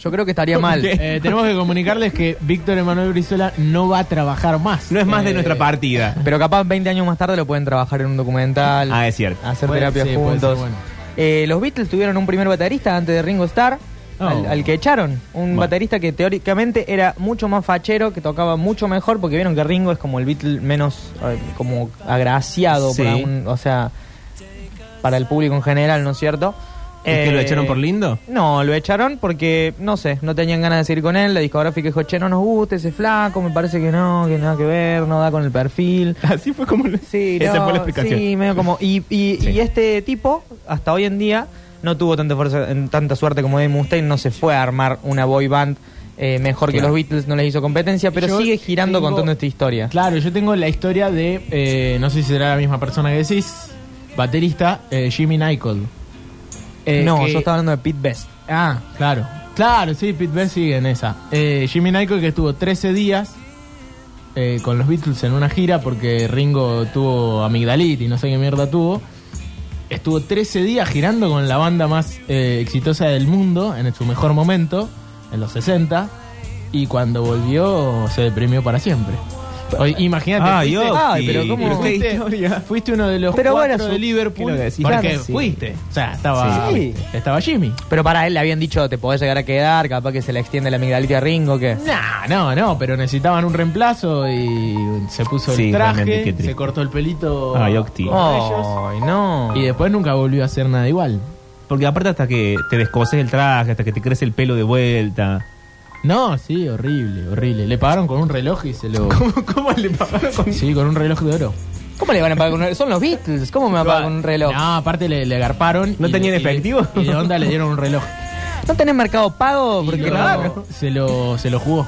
Speaker 3: Yo creo que estaría mal.
Speaker 2: Ok.
Speaker 1: Eh, tenemos que comunicarles que Víctor Emanuel Brizuela no va a trabajar más.
Speaker 2: No es más de
Speaker 1: Eh,
Speaker 2: nuestra partida.
Speaker 3: Pero capaz 20 años más tarde lo pueden trabajar en un documental.
Speaker 2: Ah, es cierto.
Speaker 3: Hacer
Speaker 1: Puede-
Speaker 3: terapia
Speaker 1: sí, puede
Speaker 3: juntos.
Speaker 1: ser bueno.
Speaker 3: Eh, los Beatles tuvieron un primer baterista antes de Ringo Starr.
Speaker 1: Oh.
Speaker 3: Al, al que echaron, un
Speaker 2: Bueno.
Speaker 3: baterista que teóricamente era mucho más fachero, que tocaba mucho mejor, porque vieron que Ringo es como el Beatle menos eh, como agraciado,
Speaker 2: Sí.
Speaker 3: para un- o sea, para el público en general, ¿no es cierto?
Speaker 2: ¿Es que lo
Speaker 3: Eh,
Speaker 2: echaron por lindo?
Speaker 3: no, lo echaron porque, no sé, no tenían ganas de seguir con él. La discográfica dijo, che, no nos gusta ese flaco, me parece que no, que nada que ver, no da con el perfil.
Speaker 2: Así fue como... lo-
Speaker 3: Sí,
Speaker 2: Esa
Speaker 3: no,
Speaker 2: fue la explicación.
Speaker 3: Sí, medio como. Y, y-
Speaker 2: Sí.
Speaker 3: y este tipo, hasta hoy en día, no tuvo tanta, fuerza, en- tanta suerte como Dave Mustaine, no se fue a armar una boy band eh, mejor que
Speaker 2: Claro.
Speaker 3: los Beatles, no les hizo competencia, pero
Speaker 1: Yo
Speaker 3: sigue girando
Speaker 1: tengo-
Speaker 3: contando esta historia.
Speaker 1: Claro, yo tengo la historia de, eh, no sé si será la misma persona que decís, baterista eh, Jimmy Nichol. Eh,
Speaker 3: no,
Speaker 1: que-
Speaker 3: yo estaba hablando de Pete Best.
Speaker 1: Ah, claro. Claro, sí, Pete Best sigue en esa. Eh, Jimmy Nichol que estuvo 13 días eh, con los Beatles en una gira porque Ringo tuvo amigdalit y no sé qué mierda tuvo. Estuvo 13 días girando con la banda más eh, exitosa del mundo en su mejor momento, en los 60. Y cuando volvió, se deprimió para siempre. Oye, imagínate.
Speaker 2: Ay,
Speaker 1: fuiste-
Speaker 2: Oski,
Speaker 3: Ay, pero ¿cómo?
Speaker 2: Ah, qué
Speaker 1: fuiste,
Speaker 2: historia.
Speaker 1: fuiste uno de los
Speaker 3: Pero
Speaker 1: cuatro
Speaker 3: bueno,
Speaker 1: de
Speaker 3: su-
Speaker 1: Liverpool.
Speaker 2: ¿qué lo decís?
Speaker 1: Porque
Speaker 2: Claro, sí.
Speaker 1: fuiste. O sea, estaba,
Speaker 3: Sí.
Speaker 1: estaba Jimmy.
Speaker 3: Pero para él le habían dicho, te podés llegar a quedar, capaz que se le extiende la amigdalita a Ringo, que.
Speaker 1: Nah, no, no, pero necesitaban un reemplazo y se puso
Speaker 2: Sí,
Speaker 1: el
Speaker 2: realmente, qué
Speaker 1: traje,
Speaker 2: triste.
Speaker 1: se cortó el pelito
Speaker 2: Ay, Octi.
Speaker 1: con ellos,
Speaker 3: Ay, no.
Speaker 1: y después nunca volvió a hacer nada igual.
Speaker 2: Porque aparte hasta que te descoses el traje, hasta que te crece el pelo de vuelta.
Speaker 1: No, sí, horrible, horrible. Le pagaron con un reloj y se lo...
Speaker 2: ¿Cómo le pagaron con
Speaker 1: Sí, con un reloj de oro.
Speaker 3: ¿Cómo le van a pagar con un Son los Beatles, ¿cómo me van a pagar con un reloj?
Speaker 1: No, aparte le, le agarparon.
Speaker 2: ¿No
Speaker 1: y-
Speaker 2: tenían
Speaker 1: y-
Speaker 2: efectivo?
Speaker 1: Y de onda le dieron un reloj.
Speaker 3: ¿No tenés mercado pago? Porque
Speaker 1: Y lo-
Speaker 3: no.
Speaker 1: se, lo, se lo jugó.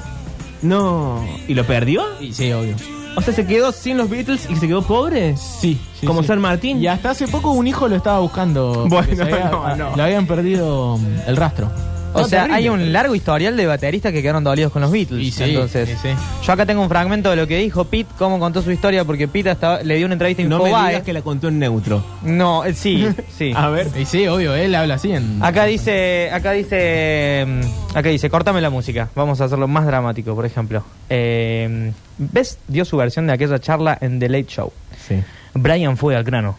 Speaker 2: No. ¿Y lo perdió?
Speaker 1: Y sí, obvio.
Speaker 2: O sea, se quedó sin los Beatles y se quedó pobre.
Speaker 1: Sí, sí,
Speaker 2: ¿Como
Speaker 1: sí.
Speaker 2: San Martín?
Speaker 1: Y hasta hace poco un hijo lo estaba buscando. porque
Speaker 2: Bueno,
Speaker 1: se había-
Speaker 2: no, no.
Speaker 1: Le habían perdido mm, el rastro.
Speaker 3: O
Speaker 2: No,
Speaker 3: sea,
Speaker 2: terrible.
Speaker 3: hay un largo historial de bateristas que quedaron dolidos con los Beatles.
Speaker 1: Y sí,
Speaker 3: entonces,
Speaker 1: y sí.
Speaker 3: yo acá tengo un fragmento de lo que dijo Pete, cómo contó su historia, porque Pete hasta le dio una entrevista en
Speaker 2: No me digas
Speaker 3: Infobae.
Speaker 2: que Ah. la contó en neutro.
Speaker 3: No, eh, sí, sí.
Speaker 2: A ver.
Speaker 1: Y sí, obvio, él habla así en...
Speaker 3: Acá dice, acá dice, mm, acá dice, córtame la música. Vamos a hacerlo más dramático, por ejemplo. Eh, ¿Ves? Dio su versión de aquella charla en The Late Show.
Speaker 1: Sí.
Speaker 3: Brian fue al grano.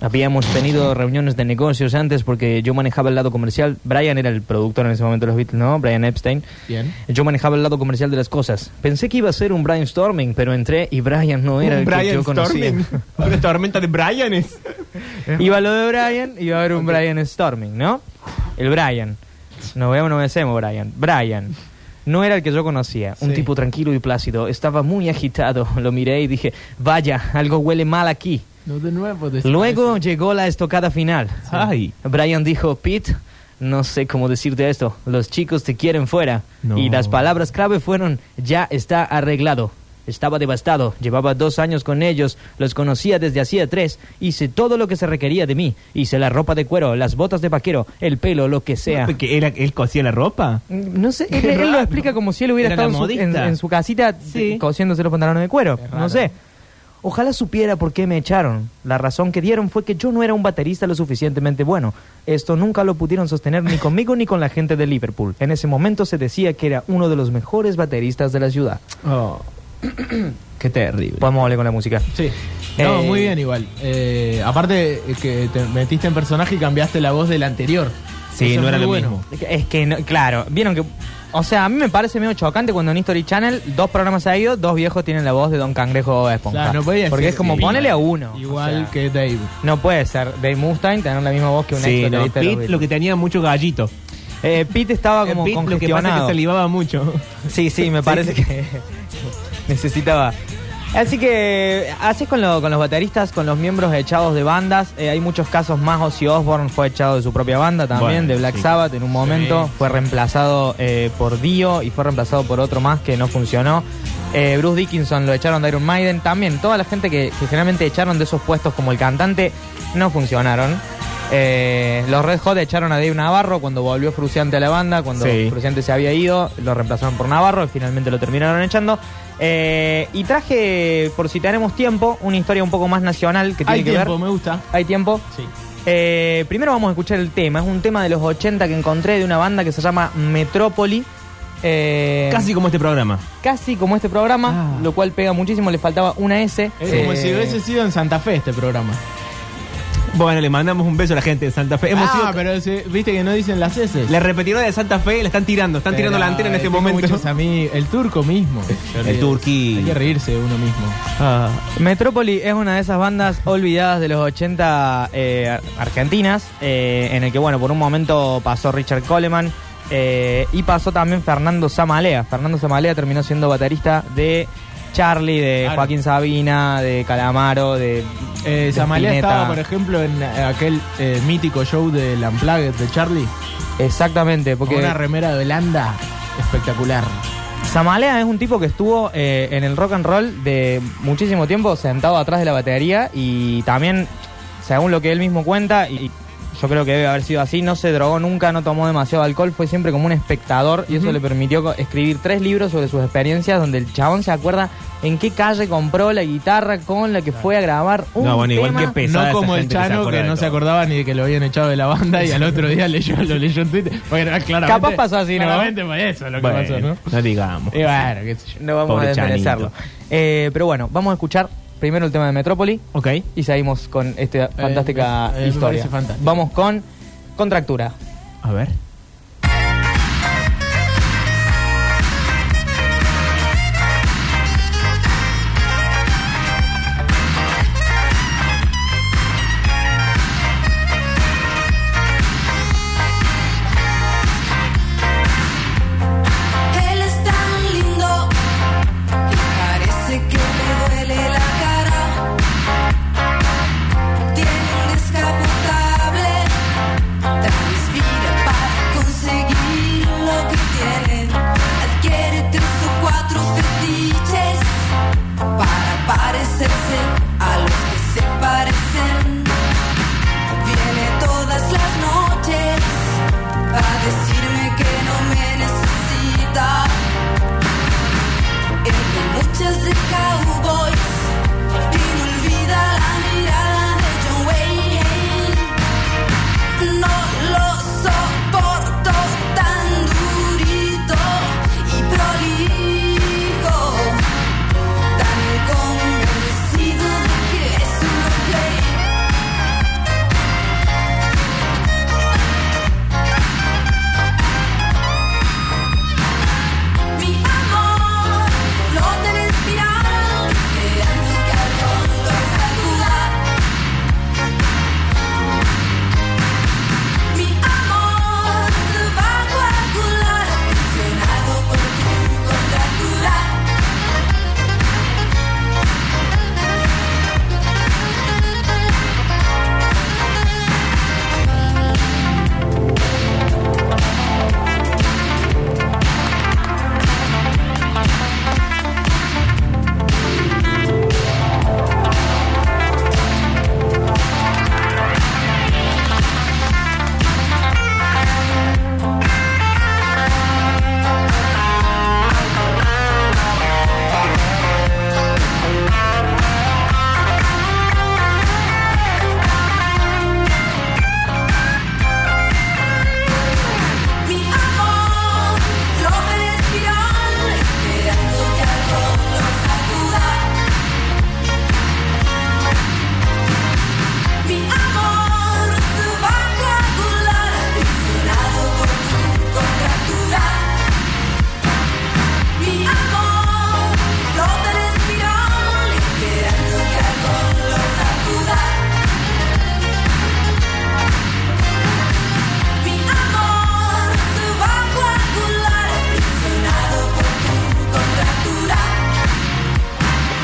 Speaker 3: Habíamos tenido reuniones de negocios antes porque yo manejaba el lado comercial. Brian era el productor en ese momento de los Beatles, ¿no? Brian Epstein.
Speaker 1: Bien.
Speaker 3: Yo manejaba el lado comercial de las cosas. Pensé que iba a ser un brainstorming, pero entré y Brian no era el que yo conocía.
Speaker 2: Una tormenta de Brianes.
Speaker 3: Iba lo de Brian, iba a haber un Brian Storming, ¿no? El Brian. Nos vemos, nos besemos, Brian. Brian. No era el que yo conocía, un
Speaker 1: Sí.
Speaker 3: tipo tranquilo y plácido. Estaba muy agitado. Lo miré y dije, vaya, algo huele mal aquí.
Speaker 1: No, de nuevo. te-
Speaker 3: Luego llegó la estocada final.
Speaker 2: Ay.
Speaker 3: Brian dijo, Pete, no sé cómo decirte esto. Los chicos te quieren fuera.
Speaker 2: No.
Speaker 3: Y las palabras clave fueron, ya está arreglado. Estaba devastado, llevaba dos años con ellos, los conocía desde hacía tres, hice todo lo que se requería de mí. Hice la ropa de cuero, las botas de vaquero, el pelo, lo que sea.
Speaker 2: Porque él, él cosía la ropa.
Speaker 3: No sé, él, él lo
Speaker 2: raro.
Speaker 3: explica como si él hubiera
Speaker 2: Era la
Speaker 3: estado en su, en-
Speaker 2: modista.
Speaker 3: en su casita eh,
Speaker 2: Sí.
Speaker 3: cosiéndose los pantalones de cuero. No sé. Ojalá supiera por qué me echaron. La razón que dieron fue que yo no era un baterista lo suficientemente bueno. Esto nunca lo pudieron sostener ni conmigo ni con la gente de Liverpool. En ese momento se decía que era uno de los mejores bateristas de la ciudad. Pues
Speaker 2: Qué terrible.
Speaker 3: Podemos hablar con la música.
Speaker 1: Oh, Sí. No,
Speaker 3: Eh,
Speaker 1: muy bien igual. Eh, aparte eh, que te metiste en personaje y cambiaste la voz del anterior.
Speaker 2: Sí,
Speaker 1: Eso
Speaker 2: no
Speaker 1: es
Speaker 2: era
Speaker 1: muy
Speaker 2: lo
Speaker 1: bueno.
Speaker 2: mismo.
Speaker 3: Es que, no- claro, vieron que... O sea, a mí me parece medio chocante cuando en History Channel dos programas ha ido, dos viejos tienen la voz de Don Cangrejo Esponja.
Speaker 1: Claro, no podía
Speaker 3: Porque
Speaker 1: ser
Speaker 3: es como,
Speaker 1: igual.
Speaker 3: ponele a uno.
Speaker 1: Igual
Speaker 3: O sea,
Speaker 1: que Dave.
Speaker 3: No puede ser Dave Mustaine tener la misma voz que un
Speaker 2: Sí,
Speaker 3: ex
Speaker 2: no,
Speaker 3: baterista de los
Speaker 2: Pete lo que
Speaker 3: Beatles.
Speaker 2: tenía mucho gallito.
Speaker 3: Eh, Pete estaba como
Speaker 2: Pete lo que pasa es que
Speaker 3: congestionado.
Speaker 2: salivaba mucho.
Speaker 3: sí, sí, me parece que necesitaba. Así que así es con, lo- con los bateristas, con los miembros echados de bandas. Eh, hay muchos casos más. Ozzy Osbourne fue echado de su propia banda también,
Speaker 2: Bueno,
Speaker 3: de Black
Speaker 2: sí.
Speaker 3: Sabbath en un momento.
Speaker 1: Sí.
Speaker 3: Fue reemplazado eh, por Dio y fue reemplazado por otro más que no funcionó. Eh, Bruce Dickinson lo echaron de Iron Maiden también. Toda la gente que, que generalmente echaron de esos puestos como el cantante no funcionaron. Eh, los Red Hot echaron a Dave Navarro cuando volvió Fruciante a la banda, cuando
Speaker 2: Sí.
Speaker 3: Fruciante se había ido, lo reemplazaron por Navarro y finalmente lo terminaron echando. Eh, y traje, por si tenemos tiempo, una historia un poco más nacional que tiene
Speaker 1: Hay
Speaker 3: que
Speaker 1: tiempo,
Speaker 3: ver.
Speaker 1: me gusta.
Speaker 3: Hay tiempo.
Speaker 1: Sí.
Speaker 3: Eh, primero vamos a escuchar el tema. Es un tema de los 80 que encontré de una banda que se llama Metrópoli. Eh,
Speaker 2: Casi como este programa.
Speaker 3: casi como este programa,
Speaker 2: Ah.
Speaker 3: lo cual pega muchísimo. Le faltaba una S.
Speaker 1: Es
Speaker 3: Eh,
Speaker 1: como si hubiese sido en Santa Fe este programa.
Speaker 2: Bueno, le mandamos un beso a la gente de Santa Fe. Hemos
Speaker 1: ah,
Speaker 2: sido-
Speaker 1: pero se- viste que no dicen las S.
Speaker 2: La repetidora de Santa Fe la están tirando, están tirando la antena en este momento.
Speaker 1: A mí, el turco mismo.
Speaker 2: El turqui.
Speaker 1: Hay que reírse de uno mismo.
Speaker 2: Ah,
Speaker 3: Metrópoli es una de esas bandas olvidadas de los 80 eh, ar- argentinas, eh, en el que, bueno, por un momento pasó Richard Coleman eh, y pasó también Fernando Samalea. Fernando Samalea terminó siendo baterista de Charlie, de
Speaker 1: Claro.
Speaker 3: Joaquín Sabina, de Calamaro, de.
Speaker 1: Eh,
Speaker 3: de
Speaker 1: Samalia
Speaker 3: Spinetta.
Speaker 1: estaba, por ejemplo, en eh, aquel eh, mítico show del Unplugged de Charlie.
Speaker 3: Exactamente,
Speaker 1: Con
Speaker 3: porque.
Speaker 1: una remera de Holanda espectacular.
Speaker 3: Samalea es un tipo que estuvo eh, en el rock and roll de muchísimo tiempo sentado atrás de la batería y también, según lo que él mismo cuenta, y yo creo que debe haber sido así, no se drogó nunca, no tomó demasiado alcohol, fue siempre como un espectador y eso le permitió co- escribir tres libros sobre sus experiencias donde el chabón se acuerda en qué calle compró la guitarra con la que fue a grabar un
Speaker 2: No, bueno, igual
Speaker 3: tema.
Speaker 2: que pe- Pesada
Speaker 1: no
Speaker 2: esa
Speaker 1: como el
Speaker 2: gente que se
Speaker 1: Chano
Speaker 2: acuerda
Speaker 1: que,
Speaker 2: de
Speaker 1: no
Speaker 2: todo.
Speaker 1: se acordaba ni de que lo habían echado de la banda y al otro día leyó, lo leyó en Twitter. Bueno, claramente,
Speaker 3: Capaz pasó así, ¿no?
Speaker 1: claramente fue eso lo que
Speaker 2: bueno,
Speaker 1: pasó, ¿no?
Speaker 2: no digamos.
Speaker 1: Y bueno, qué sé yo.
Speaker 3: No vamos
Speaker 2: Pobre
Speaker 3: a desmerecerlo. Eh, pero bueno, vamos a escuchar primero el tema de Metrópoli.
Speaker 2: Ok.
Speaker 3: Y seguimos con esta fantástica
Speaker 1: me- eh, me
Speaker 3: historia.
Speaker 1: parece fantástico.
Speaker 3: Vamos con Contractura.
Speaker 2: A ver.
Speaker 7: Él es tan lindo que parece que le duele la cara. Tiene un descapotable, transpira para conseguir lo que tiene. Adquiere tres o cuatro fetiches para parecerse a los que se parecen. Viene todas las noches a decirme que no me necesita. Entre muchas de cowboys y me olvida la mirada de John Wayne. No lo soporto tan durito y prolijo, tan convencido de que es un play. Mi amor, flota en espiral, esperando que al fondo saluda. Mi amor se va a coagular, presionado por tu contractura. Mi amor, flota en espiral, esperando que al fondo saluda. Mi amor se va a coagular, presionado por tu contractura. Mi amor flota en espiral, esperando que algo lo sacuda. Mi amor se va a coagular, presionado por tu contractura.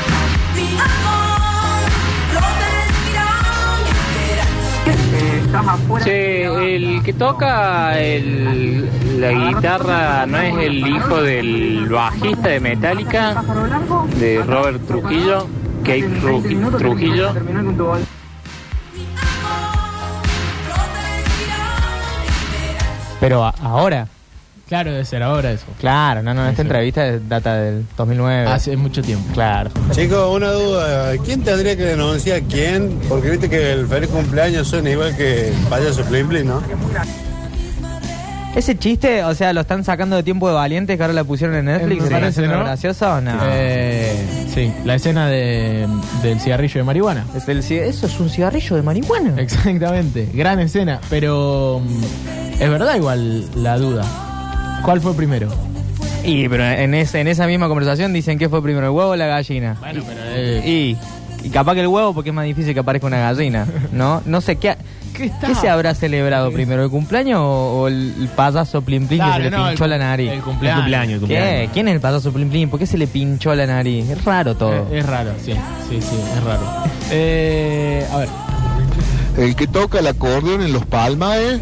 Speaker 7: Mi amor, flota en espiral, esperando
Speaker 8: Che, el que toca el- la guitarra no es el hijo del bajista de Metallica, de Robert Trujillo, Kate Tru- Trujillo.
Speaker 3: Pero a- ahora,
Speaker 1: Claro, debe ser ahora eso.
Speaker 3: Claro, no, no, esta entrevista es- data del 2009.
Speaker 1: Hace mucho tiempo.
Speaker 3: Claro.
Speaker 9: Chicos, una duda. ¿Quién tendría que denunciar a quién? Porque viste que el feliz cumpleaños suena igual que payaso Plin Plin, ¿no?
Speaker 3: Ese chiste, o sea, lo están sacando de tiempo de valientes que ahora la pusieron en Netflix.
Speaker 1: Me
Speaker 3: ¿Están
Speaker 1: parece,
Speaker 3: haciendo
Speaker 1: ¿no?
Speaker 3: gracioso o Eh, no?
Speaker 1: Eh, sí, la escena de, del cigarrillo de marihuana.
Speaker 3: Es el ci- eso es un cigarrillo de marihuana.
Speaker 1: Exactamente, gran escena, pero mm, es verdad igual la duda. ¿Cuál fue primero?
Speaker 3: Y pero en, ese- en esa misma conversación dicen que fue primero el huevo o la gallina.
Speaker 1: Bueno, pero
Speaker 3: Y, y capaz que el huevo porque es más difícil que aparezca una gallina, ¿no? No sé qué. ha- ¿Qué,
Speaker 1: está?
Speaker 3: se habrá celebrado primero? ¿El cumpleaños o, o el, el payaso Plim Plim que se le pinchó la nariz?
Speaker 1: El cumpleaños.
Speaker 2: cumpleaños, el cumpleaños.
Speaker 3: ¿Qué? ¿Quién es el payaso Plim Plim? ¿Por qué se le pinchó la nariz? Es raro todo.
Speaker 1: Eh, es raro, sí, sí, sí, es raro. Eh, a ver,
Speaker 9: El que toca el acordeón en los Palmares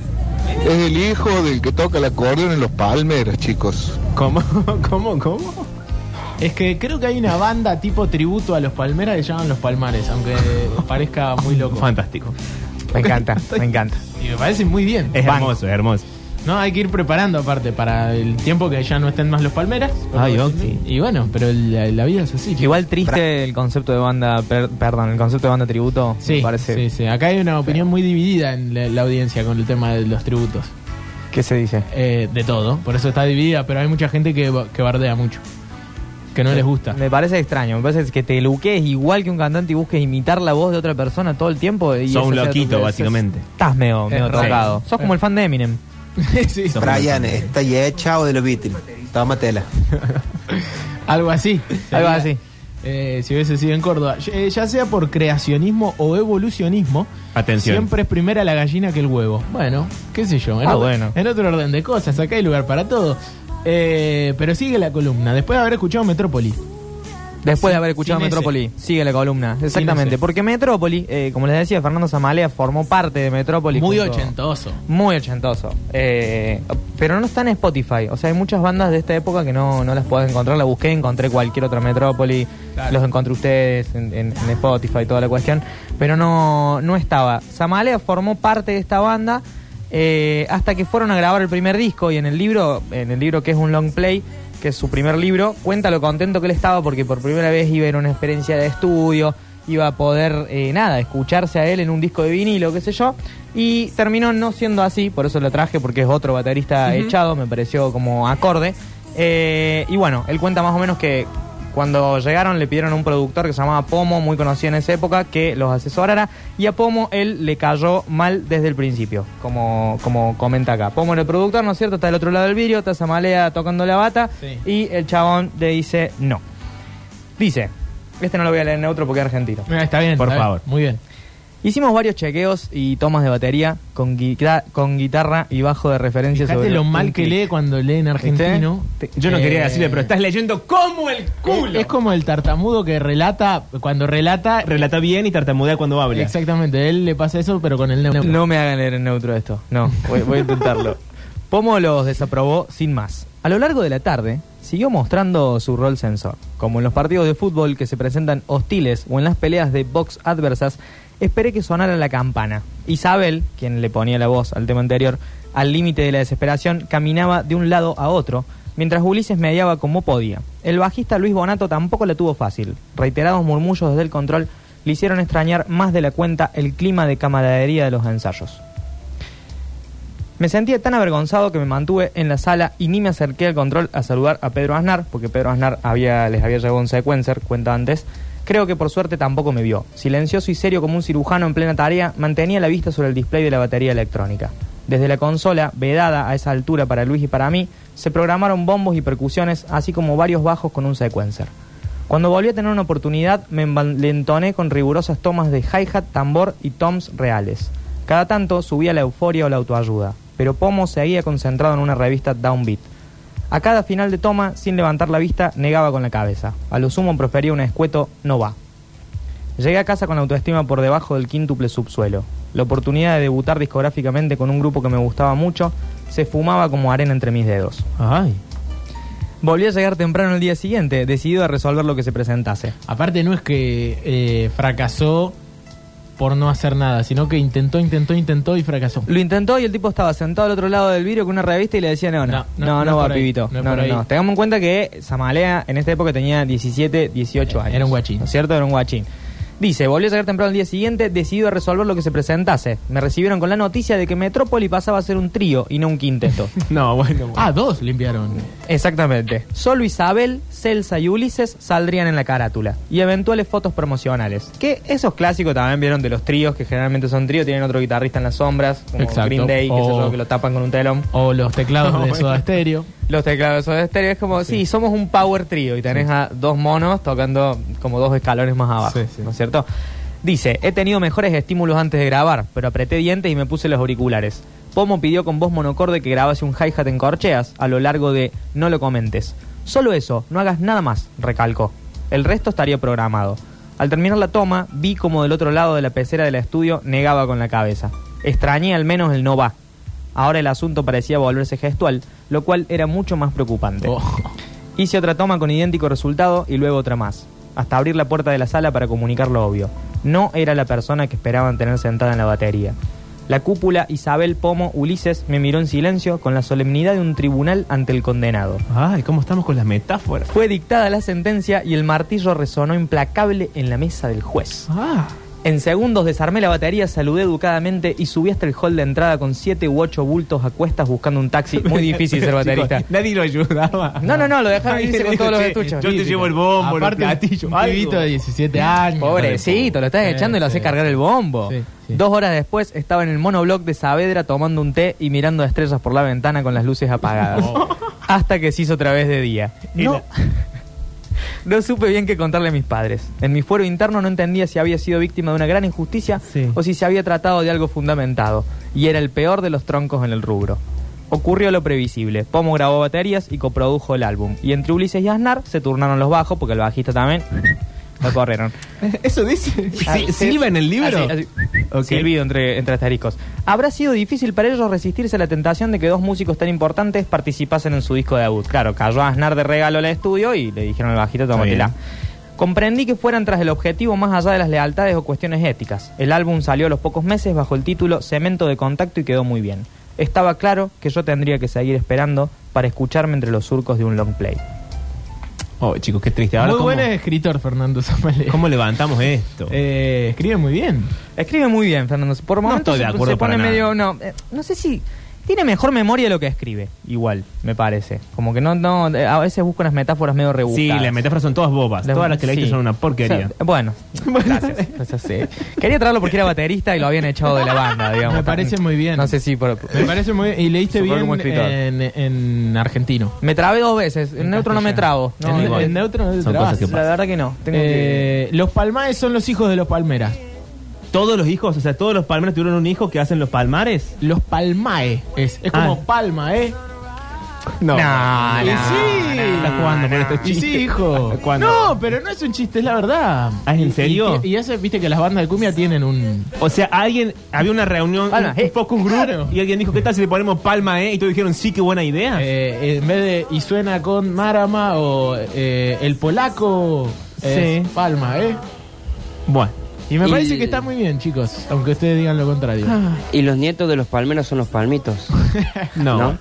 Speaker 9: es el hijo del que toca el acordeón en los Palmeras, chicos.
Speaker 2: ¿Cómo? ¿Cómo? ¿Cómo?
Speaker 1: es que creo que hay una banda tipo tributo a los Palmeras que se llaman Los Palmares, aunque parezca muy loco.
Speaker 2: Fantástico.
Speaker 1: eh.
Speaker 3: Me encanta, me encanta.
Speaker 1: Y me parece muy bien.
Speaker 2: Es
Speaker 1: Banco.
Speaker 2: hermoso, es hermoso.
Speaker 1: No, hay que ir preparando aparte para el tiempo que ya no estén más los Palmeras.
Speaker 2: Ay, Octi.
Speaker 1: Y bueno, pero la, la vida es así. chicos.
Speaker 3: Igual triste el concepto de banda, per- perdón, el concepto de banda tributo. me
Speaker 1: Sí,
Speaker 3: parece.
Speaker 1: sí, sí. Acá hay una opinión muy dividida en la, la audiencia con el tema de los tributos.
Speaker 3: ¿Qué se dice?
Speaker 1: Eh, de todo, por eso está dividida, pero hay mucha gente que, ba- que bardea mucho. Que no les gusta.
Speaker 3: Me parece extraño, me parece que te luquees igual que un cantante y busques imitar la voz de otra persona todo el tiempo. Y
Speaker 2: Sos
Speaker 3: eso
Speaker 2: un
Speaker 3: sea tu-
Speaker 2: loquito,
Speaker 3: eso es-
Speaker 2: básicamente.
Speaker 3: Estás medio, medio
Speaker 1: Es raro.
Speaker 3: tocado.
Speaker 1: Sí.
Speaker 3: Sos como el fan de Eminem.
Speaker 1: Sí,
Speaker 9: Brian, está ya chao de los Beatles. Tómatela.
Speaker 1: algo así.
Speaker 3: Algo
Speaker 1: Sería,
Speaker 3: así.
Speaker 1: eh, si hubiese sido en Córdoba. Y- eh, ya sea por creacionismo o evolucionismo,
Speaker 2: Atención.
Speaker 1: siempre es primera la gallina que el huevo. Bueno, qué sé yo. En,
Speaker 3: Ah,
Speaker 1: otro-
Speaker 3: bueno.
Speaker 1: en otro orden de cosas, acá hay lugar para todo. Eh, pero sigue la columna. Después de haber escuchado Metrópoli.
Speaker 3: Después
Speaker 1: Sin-
Speaker 3: de haber escuchado
Speaker 1: sin ese.
Speaker 3: Metrópoli, sigue la columna.
Speaker 1: Sin
Speaker 3: Exactamente,
Speaker 1: ese.
Speaker 3: porque Metrópoli, eh, como les decía, Fernando Zamalea formó parte de Metrópoli.
Speaker 1: Muy
Speaker 3: junto-
Speaker 1: ochentoso.
Speaker 3: Muy ochentoso. Eh, pero no está en Spotify. O sea, hay muchas bandas de esta época que no, no las puedo encontrar. La busqué, encontré cualquier otra metrópoli.
Speaker 1: Claro.
Speaker 3: Los encontré ustedes en, en- en Spotify, toda la cuestión. Pero no, no estaba. Samalea formó parte de esta banda eh, hasta que fueron a grabar el primer disco. Y en el libro, en el libro que es un long play, que es su primer libro, cuenta lo contento que él estaba porque por primera vez iba a ir a una experiencia de estudio iba a poder, eh, nada, escucharse a él en un disco de vinilo, qué sé yo. Y terminó no siendo así, por eso lo traje, porque es otro baterista echado, me pareció como acorde. Eh, y bueno, él cuenta más o menos que cuando llegaron le pidieron a un productor que se llamaba Pomo, muy conocido en esa época, que los asesorara. Y a Pomo él le cayó mal desde el principio, como, como comenta acá. Pomo era el productor, ¿no es cierto? Está del otro lado del vidrio, está Samalea tocando la bata.
Speaker 1: Sí.
Speaker 3: Y el chabón le dice no. Dice, este no lo voy a leer en neutro porque es argentino.
Speaker 1: Mira, Ah, está bien.
Speaker 2: Por
Speaker 1: está bien.
Speaker 2: favor.
Speaker 1: Muy bien.
Speaker 3: Hicimos varios chequeos y tomas de batería con, guita- con guitarra y bajo de referencia
Speaker 1: Fíjate
Speaker 3: sobre
Speaker 1: lo
Speaker 3: un
Speaker 1: mal que
Speaker 3: clic.
Speaker 1: lee cuando lee en argentino.
Speaker 3: ¿Viste?
Speaker 2: Yo no
Speaker 1: Eh,
Speaker 2: quería decirle, pero estás leyendo como el culo.
Speaker 1: Es como el tartamudo que relata, cuando relata...
Speaker 2: eh, Relata bien y tartamudea cuando habla.
Speaker 1: Exactamente, él le pasa eso, pero con el neuro.
Speaker 3: No me hagan leer en neutro esto. No, voy, voy a intentarlo. Pomo los desaprobó sin más. A lo largo de la tarde, siguió mostrando su rol sensor. Como en los partidos de fútbol que se presentan hostiles o en las peleas de box adversas, esperé que sonara la campana. Isabel, quien le ponía la voz al tema anterior, al límite de la desesperación, caminaba de un lado a otro, mientras Ulises mediaba como podía. El bajista Luis Bonato tampoco la tuvo fácil. Reiterados murmullos desde el control le hicieron extrañar más de la cuenta el clima de camaradería de los ensayos. Me sentía tan avergonzado que me mantuve en la sala y ni me acerqué al control a saludar a Pedro Aznar, porque Pedro Aznar había, les había llevado un sequencer, cuenta antes. Creo que por suerte tampoco me vio. Silencioso y serio como un cirujano en plena tarea, mantenía la vista sobre el display de la batería electrónica. Desde la consola, vedada a esa altura para Luis y para mí, se programaron bombos y percusiones, así como varios bajos con un sequencer. Cuando volví a tener una oportunidad, me envalentoné con rigurosas tomas de hi-hat, tambor y toms reales. Cada tanto subía la euforia o la autoayuda, pero Pomo seguía concentrado en una revista Downbeat. A cada final de toma, sin levantar la vista, negaba con la cabeza. A lo sumo profería un escueto no va. Llegué a casa con la autoestima por debajo del quíntuple subsuelo. La oportunidad de debutar discográficamente con un grupo que me gustaba mucho se fumaba como arena entre mis dedos.
Speaker 1: Ay.
Speaker 3: Volví a llegar temprano el día siguiente, decidido a resolver lo que se presentase.
Speaker 1: Aparte no es que eh, fracasó por no hacer nada, sino que intentó, intentó, intentó y fracasó.
Speaker 3: Lo intentó y el tipo estaba sentado al otro lado del vidrio con una revista y le decía, no, no,
Speaker 1: No,
Speaker 3: no,
Speaker 1: no,
Speaker 3: no,
Speaker 1: no es
Speaker 3: va,
Speaker 1: por ahí,
Speaker 3: pibito.
Speaker 1: no
Speaker 3: No,
Speaker 1: es
Speaker 3: no,
Speaker 1: por ahí.
Speaker 3: no. Tengamos en cuenta que Samalea en esta época tenía 17, 18 años.
Speaker 1: Eh, Era un guachín.
Speaker 3: ¿No es cierto? Era un guachín. Dice, volvió a llegar temprano al día siguiente, decidido a resolver lo que se presentase. Me recibieron con la noticia de que Metrópoli pasaba a ser un trío y no un quinteto.
Speaker 2: No, bueno, bueno.
Speaker 1: Ah, dos limpiaron.
Speaker 3: Exactamente. Solo Isabel, Celsa y Ulises saldrían en la carátula. Y eventuales fotos promocionales. Que esos clásicos también vieron de los tríos, que generalmente son tríos, tienen otro guitarrista en las sombras, como
Speaker 1: Exacto. Oh.
Speaker 3: Green Day, que,
Speaker 1: O-
Speaker 3: que lo tapan con un telón.
Speaker 1: O los teclados de Soda Stereo.
Speaker 3: Los teclados de estéreo es como, sí. somos un power trío y tenés a dos monos tocando como dos escalones más abajo,
Speaker 1: Sí, sí.
Speaker 3: ¿no es cierto? Dice, he tenido mejores estímulos antes de grabar, pero apreté dientes y me puse los auriculares. Pomo pidió con voz monocorde que grabase un hi-hat en corcheas a lo largo de No lo comentes. Solo eso, no hagas nada más, recalcó. El resto estaría programado. Al terminar la toma, vi como del otro lado de la pecera del estudio negaba con la cabeza. Extrañé al menos el no va. Ahora el asunto parecía volverse gestual, lo cual era mucho más preocupante.
Speaker 1: Oh.
Speaker 3: Hice otra toma con idéntico resultado y luego otra más, hasta abrir la puerta de la sala para comunicar lo obvio. No era la persona que esperaban tener sentada en la batería. La cúpula Isabel Pomo Ulises me miró en silencio con la solemnidad de un tribunal ante el condenado.
Speaker 2: Ay, ¿cómo estamos con las metáforas?
Speaker 3: Fue dictada la sentencia y el martillo resonó implacable en la mesa del juez.
Speaker 2: Ah.
Speaker 3: En segundos desarmé la batería, saludé educadamente y subí hasta el hall de entrada con siete u ocho bultos a cuestas buscando un taxi. Muy difícil ser baterista.
Speaker 2: Chicos, nadie lo ayudaba.
Speaker 3: No, no, no, lo dejaron irse con todos los
Speaker 2: Che,
Speaker 3: estuches.
Speaker 2: Yo te llevo el bombo, los
Speaker 1: Aparte, un-
Speaker 2: platillos.
Speaker 1: un pibito de 17 años.
Speaker 3: Pobrecito, lo estás echando y lo haces cargar el bombo.
Speaker 1: Sí, sí.
Speaker 3: Dos horas después estaba en el monobloc de Saavedra tomando un té y mirando estrellas por la ventana con las luces apagadas. Hasta que se hizo otra vez de día.
Speaker 2: Y
Speaker 3: No, no supe bien qué contarle a mis padres. En mi fuero interno no entendía si había sido víctima de una gran injusticia
Speaker 2: Sí.
Speaker 3: o si se había tratado de algo fundamentado. Y era el peor de los troncos en el rubro. Ocurrió lo previsible. Pomo grabó baterías y coprodujo el álbum. Y entre Ulises y Aznar se turnaron los bajos, porque el bajista también lo corrieron.
Speaker 2: Eso dice.
Speaker 3: Ah,
Speaker 2: ¿Sí, ¿Silba en el libro?
Speaker 3: Así, así.
Speaker 2: Ok.
Speaker 3: Silbido entre, entre asteriscos. Habrá sido difícil para ellos resistirse a la tentación de que dos músicos tan importantes participasen en su disco de debut. Claro, cayó Aznar de regalo al estudio y le dijeron al bajito, tómatela.
Speaker 2: bien.
Speaker 3: Comprendí que fueran tras el objetivo más allá de las lealtades o cuestiones éticas. El álbum salió a los pocos meses bajo el título Cemento de Contacto y quedó muy bien. Estaba claro que yo tendría que seguir esperando para escucharme entre los surcos de un long play.
Speaker 2: Oh, chicos, qué triste. Ahora,
Speaker 1: Muy
Speaker 2: ¿cómo,
Speaker 1: buen escritor, Fernando Samalea.
Speaker 2: cómo levantamos esto?
Speaker 1: Eh, escribe muy bien.
Speaker 3: Escribe muy bien, Fernando. Por momentos
Speaker 2: estoy de
Speaker 3: se-
Speaker 2: acuerdo
Speaker 3: se
Speaker 2: para
Speaker 3: pone
Speaker 2: nada.
Speaker 3: medio. No, eh, no sé si. Tiene mejor memoria de lo que escribe, igual, me parece. Como que no. no eh, a veces busca unas metáforas medio
Speaker 2: sí,
Speaker 3: rebuscadas.
Speaker 2: las metáforas son todas bobas.
Speaker 3: La-
Speaker 2: todas las que leíste
Speaker 3: sí.
Speaker 2: son una porquería.
Speaker 3: O sea, bueno, gracias. gracias, sí. Quería traerlo porque era baterista y lo habían echado de la banda, digamos.
Speaker 1: Me parece muy bien.
Speaker 3: No sé si. por-
Speaker 1: Me parece muy bien. Y leíste
Speaker 3: Supongo
Speaker 1: bien
Speaker 3: como escritor.
Speaker 1: en, en argentino.
Speaker 3: me trabé dos veces. En, neutro no me trabo. No,
Speaker 1: en,
Speaker 3: no,
Speaker 1: en neutro no te
Speaker 2: Son
Speaker 1: trabas.
Speaker 2: cosas que
Speaker 3: la verdad que no. Tengo que-
Speaker 1: Eh, Los palmares son los hijos de los palmeras.
Speaker 2: Todos los hijos, o sea, todos los palmeros tuvieron un hijo que hacen los palmares.
Speaker 1: Los palmae es. Es como
Speaker 2: Ah.
Speaker 1: palma, ¿eh?
Speaker 2: No.
Speaker 3: No,
Speaker 1: y
Speaker 3: no,
Speaker 1: sí.
Speaker 2: no, estás jugando con estos
Speaker 1: Y
Speaker 2: chistes.
Speaker 1: sí, hijo.
Speaker 2: ¿Hasta cuándo?
Speaker 1: No, pero no es un chiste, es la verdad.
Speaker 2: Ah, ¿en
Speaker 1: Y- y
Speaker 2: serio?
Speaker 1: ti- Y, eso, viste que las bandas de cumbia tienen un.
Speaker 2: O sea, alguien, había una reunión,
Speaker 3: Palma,
Speaker 2: un, un
Speaker 3: eh.
Speaker 2: focus group,
Speaker 1: Claro.
Speaker 2: y alguien dijo, ¿qué tal si le ponemos palma, eh? Y todos dijeron, sí, qué buena idea.
Speaker 1: eh, en vez de. Y suena con Marama o eh, el polaco. Es
Speaker 2: Sí.
Speaker 1: Palma, ¿eh?
Speaker 2: Bueno.
Speaker 1: Y Ah. me
Speaker 4: Y-
Speaker 1: parece que está muy bien, chicos. Aunque ustedes digan lo contrario.
Speaker 4: Y los nietos de los palmeros son los palmitos.
Speaker 2: No.
Speaker 4: ¿No?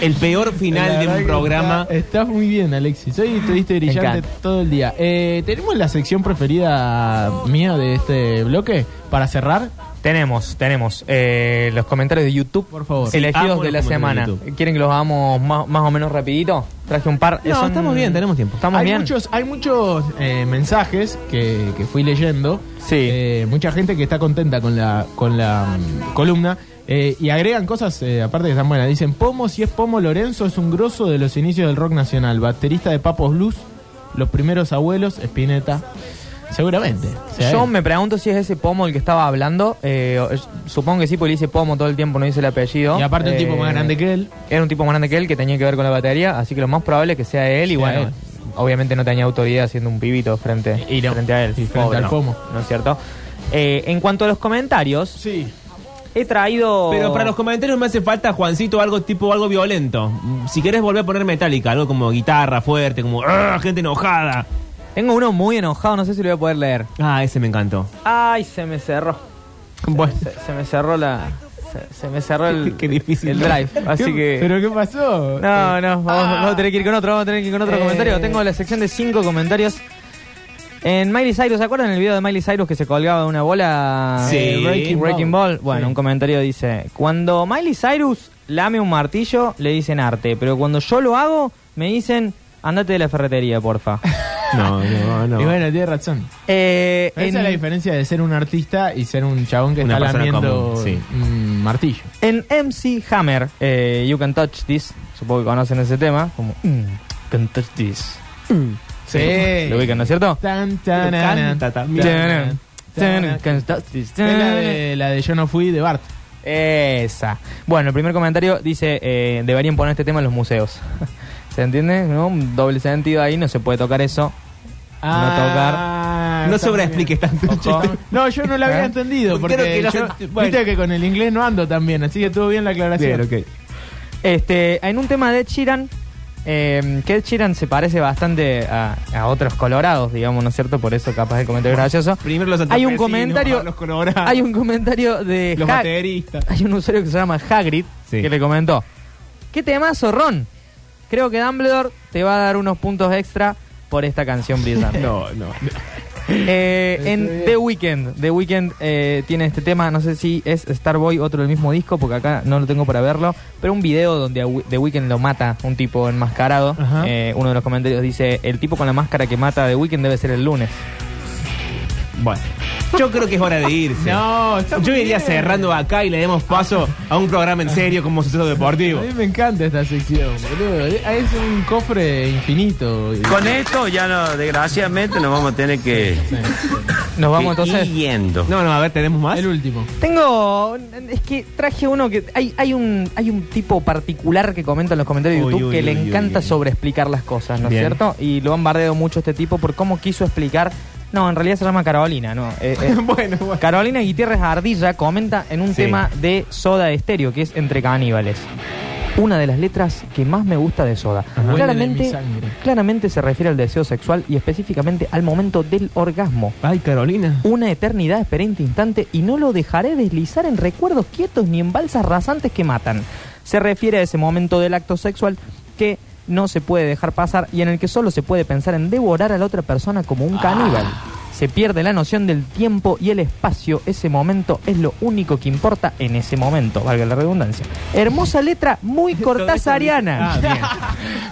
Speaker 2: El
Speaker 1: La
Speaker 2: peor final de
Speaker 1: verdad
Speaker 2: un
Speaker 1: que
Speaker 2: programa.
Speaker 1: Está, está muy bien, Alexis. Hoy te diste brillante
Speaker 3: encanta.
Speaker 1: todo el día. Eh, ¿Tenemos la sección preferida mía de este bloque para cerrar?
Speaker 3: Tenemos, tenemos eh, los comentarios de YouTube,
Speaker 1: Por favor.
Speaker 3: Sí, elegidos
Speaker 2: amo
Speaker 3: de
Speaker 2: los
Speaker 3: la semana.
Speaker 2: comentarios de
Speaker 3: ¿Quieren que los hagamos más, más o menos rapidito? Traje un par.
Speaker 2: No, estamos bien, tenemos tiempo.
Speaker 3: Estamos
Speaker 1: hay
Speaker 3: bien.
Speaker 1: muchos, hay muchos eh, mensajes que, que fui leyendo.
Speaker 3: Sí.
Speaker 1: Eh, mucha gente que está contenta con la, con la mm, columna. eh, y agregan cosas, eh, aparte que están buenas. Dicen, Pomo, si es Pomo Lorenzo, es un grosso de los inicios del rock nacional. Baterista de Papos Blues, los primeros abuelos, Spinetta. Seguramente. O sea, eh,
Speaker 3: Yo
Speaker 1: él-
Speaker 3: me pregunto si es ese pomo el que estaba hablando. eh, o- supongo que sí, porque le dice pomo todo el tiempo, no dice el apellido.
Speaker 1: Y aparte un
Speaker 3: Eh,
Speaker 1: tipo más grande que él.
Speaker 3: Era un tipo más grande que él que tenía que ver con la batería, así que lo más probable es que sea él. Y
Speaker 1: Sea
Speaker 3: bueno,
Speaker 1: él.
Speaker 3: obviamente no tenía autoridad siendo un pibito frente,
Speaker 1: Y no.
Speaker 3: frente a él.
Speaker 1: Y frente al
Speaker 3: no,
Speaker 1: pomo.
Speaker 3: ¿No es cierto? Eh, en cuanto a los comentarios,
Speaker 1: Sí.
Speaker 3: he traído.
Speaker 2: Pero para los comentarios me hace falta, Juancito, algo tipo algo violento. Mm, Si querés volver a poner metálica, algo como guitarra fuerte, como "Arr", gente "Ah, enojada.
Speaker 3: Tengo uno muy enojado, no sé si lo voy a poder leer.
Speaker 2: Ah, ese me encantó.
Speaker 3: Ay, se me cerró.
Speaker 1: Bueno,
Speaker 3: Se, se me cerró la. Se, se me cerró el,
Speaker 1: Qué difícil.
Speaker 3: el drive. Así que.
Speaker 1: ¿Pero qué pasó?
Speaker 3: No, no, vamos, vamos a tener que ir con otro, vamos a tener que ir con otro
Speaker 1: Eh.
Speaker 3: comentario. Tengo la sección de cinco comentarios. En Miley Cyrus, ¿se acuerdan el video de Miley Cyrus que se colgaba de una bola?
Speaker 2: Sí.
Speaker 3: Eh, Breaking, Breaking Ball. Bueno,
Speaker 1: Sí.
Speaker 3: un comentario dice, cuando Miley Cyrus lame un martillo, le dicen arte, pero cuando yo lo hago, me dicen, andate de la ferretería, porfa.
Speaker 2: No, no, no.
Speaker 1: Y bueno, tiene razón.
Speaker 3: Eh,
Speaker 1: Esa es la
Speaker 3: en,
Speaker 1: diferencia de ser un artista y ser un chabón que
Speaker 2: Una
Speaker 1: está
Speaker 2: persona
Speaker 1: lamiendo
Speaker 2: común, sí.
Speaker 1: un martillo.
Speaker 3: en MC Hammer, eh, You Can Touch This, supongo que conocen ese tema, como, "Mm, Can Touch This. Mm.
Speaker 1: Sí.
Speaker 3: Lo ubican, ¿no es cierto?
Speaker 1: Tan, tan,
Speaker 2: Canta también.
Speaker 1: tan, tan, tan. Es la de, la de Yo no fui de Bart.
Speaker 3: Esa. Bueno, el primer comentario dice, eh, deberían poner este tema en los museos. ¿Se entiende? ¿No? Un doble sentido ahí, no se puede tocar eso.
Speaker 1: Ah,
Speaker 2: No sobreexpliques tanto.
Speaker 3: Ojo.
Speaker 2: che.
Speaker 1: No, yo no lo había
Speaker 3: ¿Eh?
Speaker 1: entendido porque
Speaker 2: Creo que no
Speaker 1: yo-
Speaker 2: se- bueno.
Speaker 1: viste que con el inglés no ando tan bien, así que estuvo bien la aclaración.
Speaker 2: Bien, ok.
Speaker 3: Este, en un tema de Ed Sheeran, eh, que Ed Sheeran se parece bastante a, a otros colorados, digamos, ¿no es cierto? Por eso capaz el comentario es gracioso.
Speaker 2: Primero los
Speaker 3: Hay un
Speaker 2: santafesinos,
Speaker 3: comentario-
Speaker 2: los colorados,
Speaker 3: Hay un comentario de...
Speaker 2: los
Speaker 3: Hag-
Speaker 2: bateristas.
Speaker 3: Hay un usuario que se llama Hagrid
Speaker 2: Sí.
Speaker 3: que le comentó: ¿Qué temazo, Ron? Creo que Dumbledore te va a dar unos puntos extra por esta canción brillante.
Speaker 2: No, no.
Speaker 3: Eh, en The Weeknd, The Weeknd eh, tiene este tema, no sé si es Starboy, otro del mismo disco, porque acá no lo tengo para verlo, pero un video donde a We- The Weeknd lo mata un tipo enmascarado.
Speaker 1: Ajá.
Speaker 3: Eh, uno de los comentarios dice: El tipo con la máscara que mata a The Weeknd debe ser el lunes.
Speaker 2: Bueno. Yo creo que es hora de irse.
Speaker 1: No, está muy
Speaker 2: Yo iría
Speaker 1: bien.
Speaker 2: cerrando acá y le demos paso a un programa en serio como suceso deportivo.
Speaker 1: A mí me encanta esta sección, boludo. Es un cofre infinito.
Speaker 10: Con esto ya no, desgraciadamente nos vamos a tener que,
Speaker 3: Nos vamos
Speaker 10: que
Speaker 3: entonces.
Speaker 10: ir yendo.
Speaker 2: No, no, a ver, tenemos más.
Speaker 1: El último.
Speaker 3: Tengo. Es que traje uno que. Hay, hay, un, hay un tipo particular que comenta en los comentarios de
Speaker 2: Uy,
Speaker 3: YouTube
Speaker 2: uy,
Speaker 3: que le
Speaker 2: uy,
Speaker 3: encanta
Speaker 2: uy, uy.
Speaker 3: sobreexplicar las cosas, ¿no es
Speaker 2: Bien.
Speaker 3: cierto? Y lo han bardeado mucho este tipo por cómo quiso explicar. No, en realidad se llama Carolina, ¿no? Eh, eh,
Speaker 2: bueno, bueno.
Speaker 3: Carolina Gutiérrez Ardilla comenta en un
Speaker 2: Sí.
Speaker 3: tema de Soda Estéreo, que es Entre Caníbales. Una de las letras que más me gusta de Soda.
Speaker 1: Huele de mi
Speaker 3: Claramente,
Speaker 1: sangre.
Speaker 3: claramente se refiere al deseo sexual y específicamente al momento del orgasmo.
Speaker 2: Ay, Carolina.
Speaker 3: Una eternidad esperé este instante y no lo dejaré deslizar en recuerdos quietos ni en balsas rasantes que matan. Se refiere a ese momento del acto sexual que no se puede dejar pasar y en el que solo se puede pensar en devorar a la otra persona como un caníbal. Se pierde la noción del tiempo y el espacio. Ese momento es lo único que importa en ese momento, valga la redundancia. Hermosa letra, muy cortazariana.
Speaker 1: Ah, bien.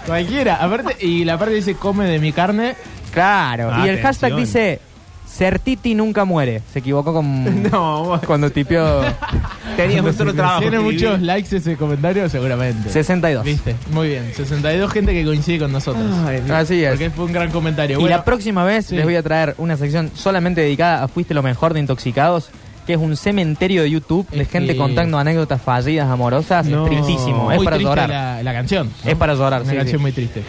Speaker 1: Cualquiera. Aparte, y la parte dice come de mi carne.
Speaker 3: Claro. Y el
Speaker 2: Atención.
Speaker 3: hashtag dice, Certiti nunca muere. Se equivocó con...
Speaker 2: No,
Speaker 3: Cuando tipió
Speaker 2: tenías un solo trabajo.
Speaker 1: Tiene
Speaker 2: escribir.
Speaker 1: muchos likes ese comentario, seguramente.
Speaker 3: 62.
Speaker 1: Viste, muy bien. 62 gente que coincide con nosotros.
Speaker 3: Así es.
Speaker 1: Porque fue un gran comentario.
Speaker 3: Y
Speaker 1: Bueno,
Speaker 3: la próxima vez
Speaker 1: Sí.
Speaker 3: les voy a traer una sección solamente dedicada a Fuiste lo mejor de Intoxicados, que es un cementerio de YouTube de
Speaker 1: Es
Speaker 3: gente
Speaker 1: que-
Speaker 3: contando anécdotas fallidas, amorosas.
Speaker 1: no,
Speaker 3: es tristísimo, es
Speaker 1: muy
Speaker 3: para
Speaker 1: triste
Speaker 3: llorar.
Speaker 1: La, la canción. ¿no?
Speaker 3: Es para llorar,
Speaker 1: Una
Speaker 3: sí,
Speaker 1: canción
Speaker 3: sí.
Speaker 1: muy triste.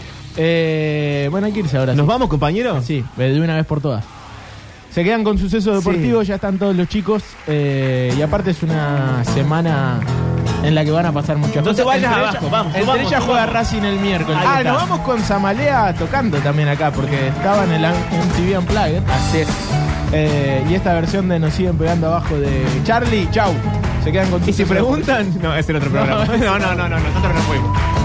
Speaker 1: Eh, bueno, hay que irse ahora.
Speaker 2: ¿Nos
Speaker 1: sí.
Speaker 2: vamos, compañero?
Speaker 1: Sí, de una vez por todas. Se quedan con sucesos deportivos, ya están todos los chicos. eh, y aparte es una semana en la que van a pasar muchas
Speaker 2: No
Speaker 1: cosas.
Speaker 2: te vayas
Speaker 1: Entre
Speaker 2: abajo,
Speaker 1: ellas-
Speaker 2: vamos,
Speaker 1: Entre
Speaker 2: subamos,
Speaker 1: ellas juega
Speaker 2: subamos.
Speaker 1: Racing el miércoles.
Speaker 2: Ahí
Speaker 1: ah,
Speaker 2: está.
Speaker 1: nos vamos con Zamalea tocando también acá, porque estaba en el An- MTV Unplugged.
Speaker 3: Así es.
Speaker 1: Eh, y esta versión de Nos siguen pegando abajo de Charlie, chau. Se quedan con
Speaker 2: ¿Y si
Speaker 1: sucesos deportivos.
Speaker 2: preguntan? No, es el otro programa. No, no, no, no, nosotros no fuimos.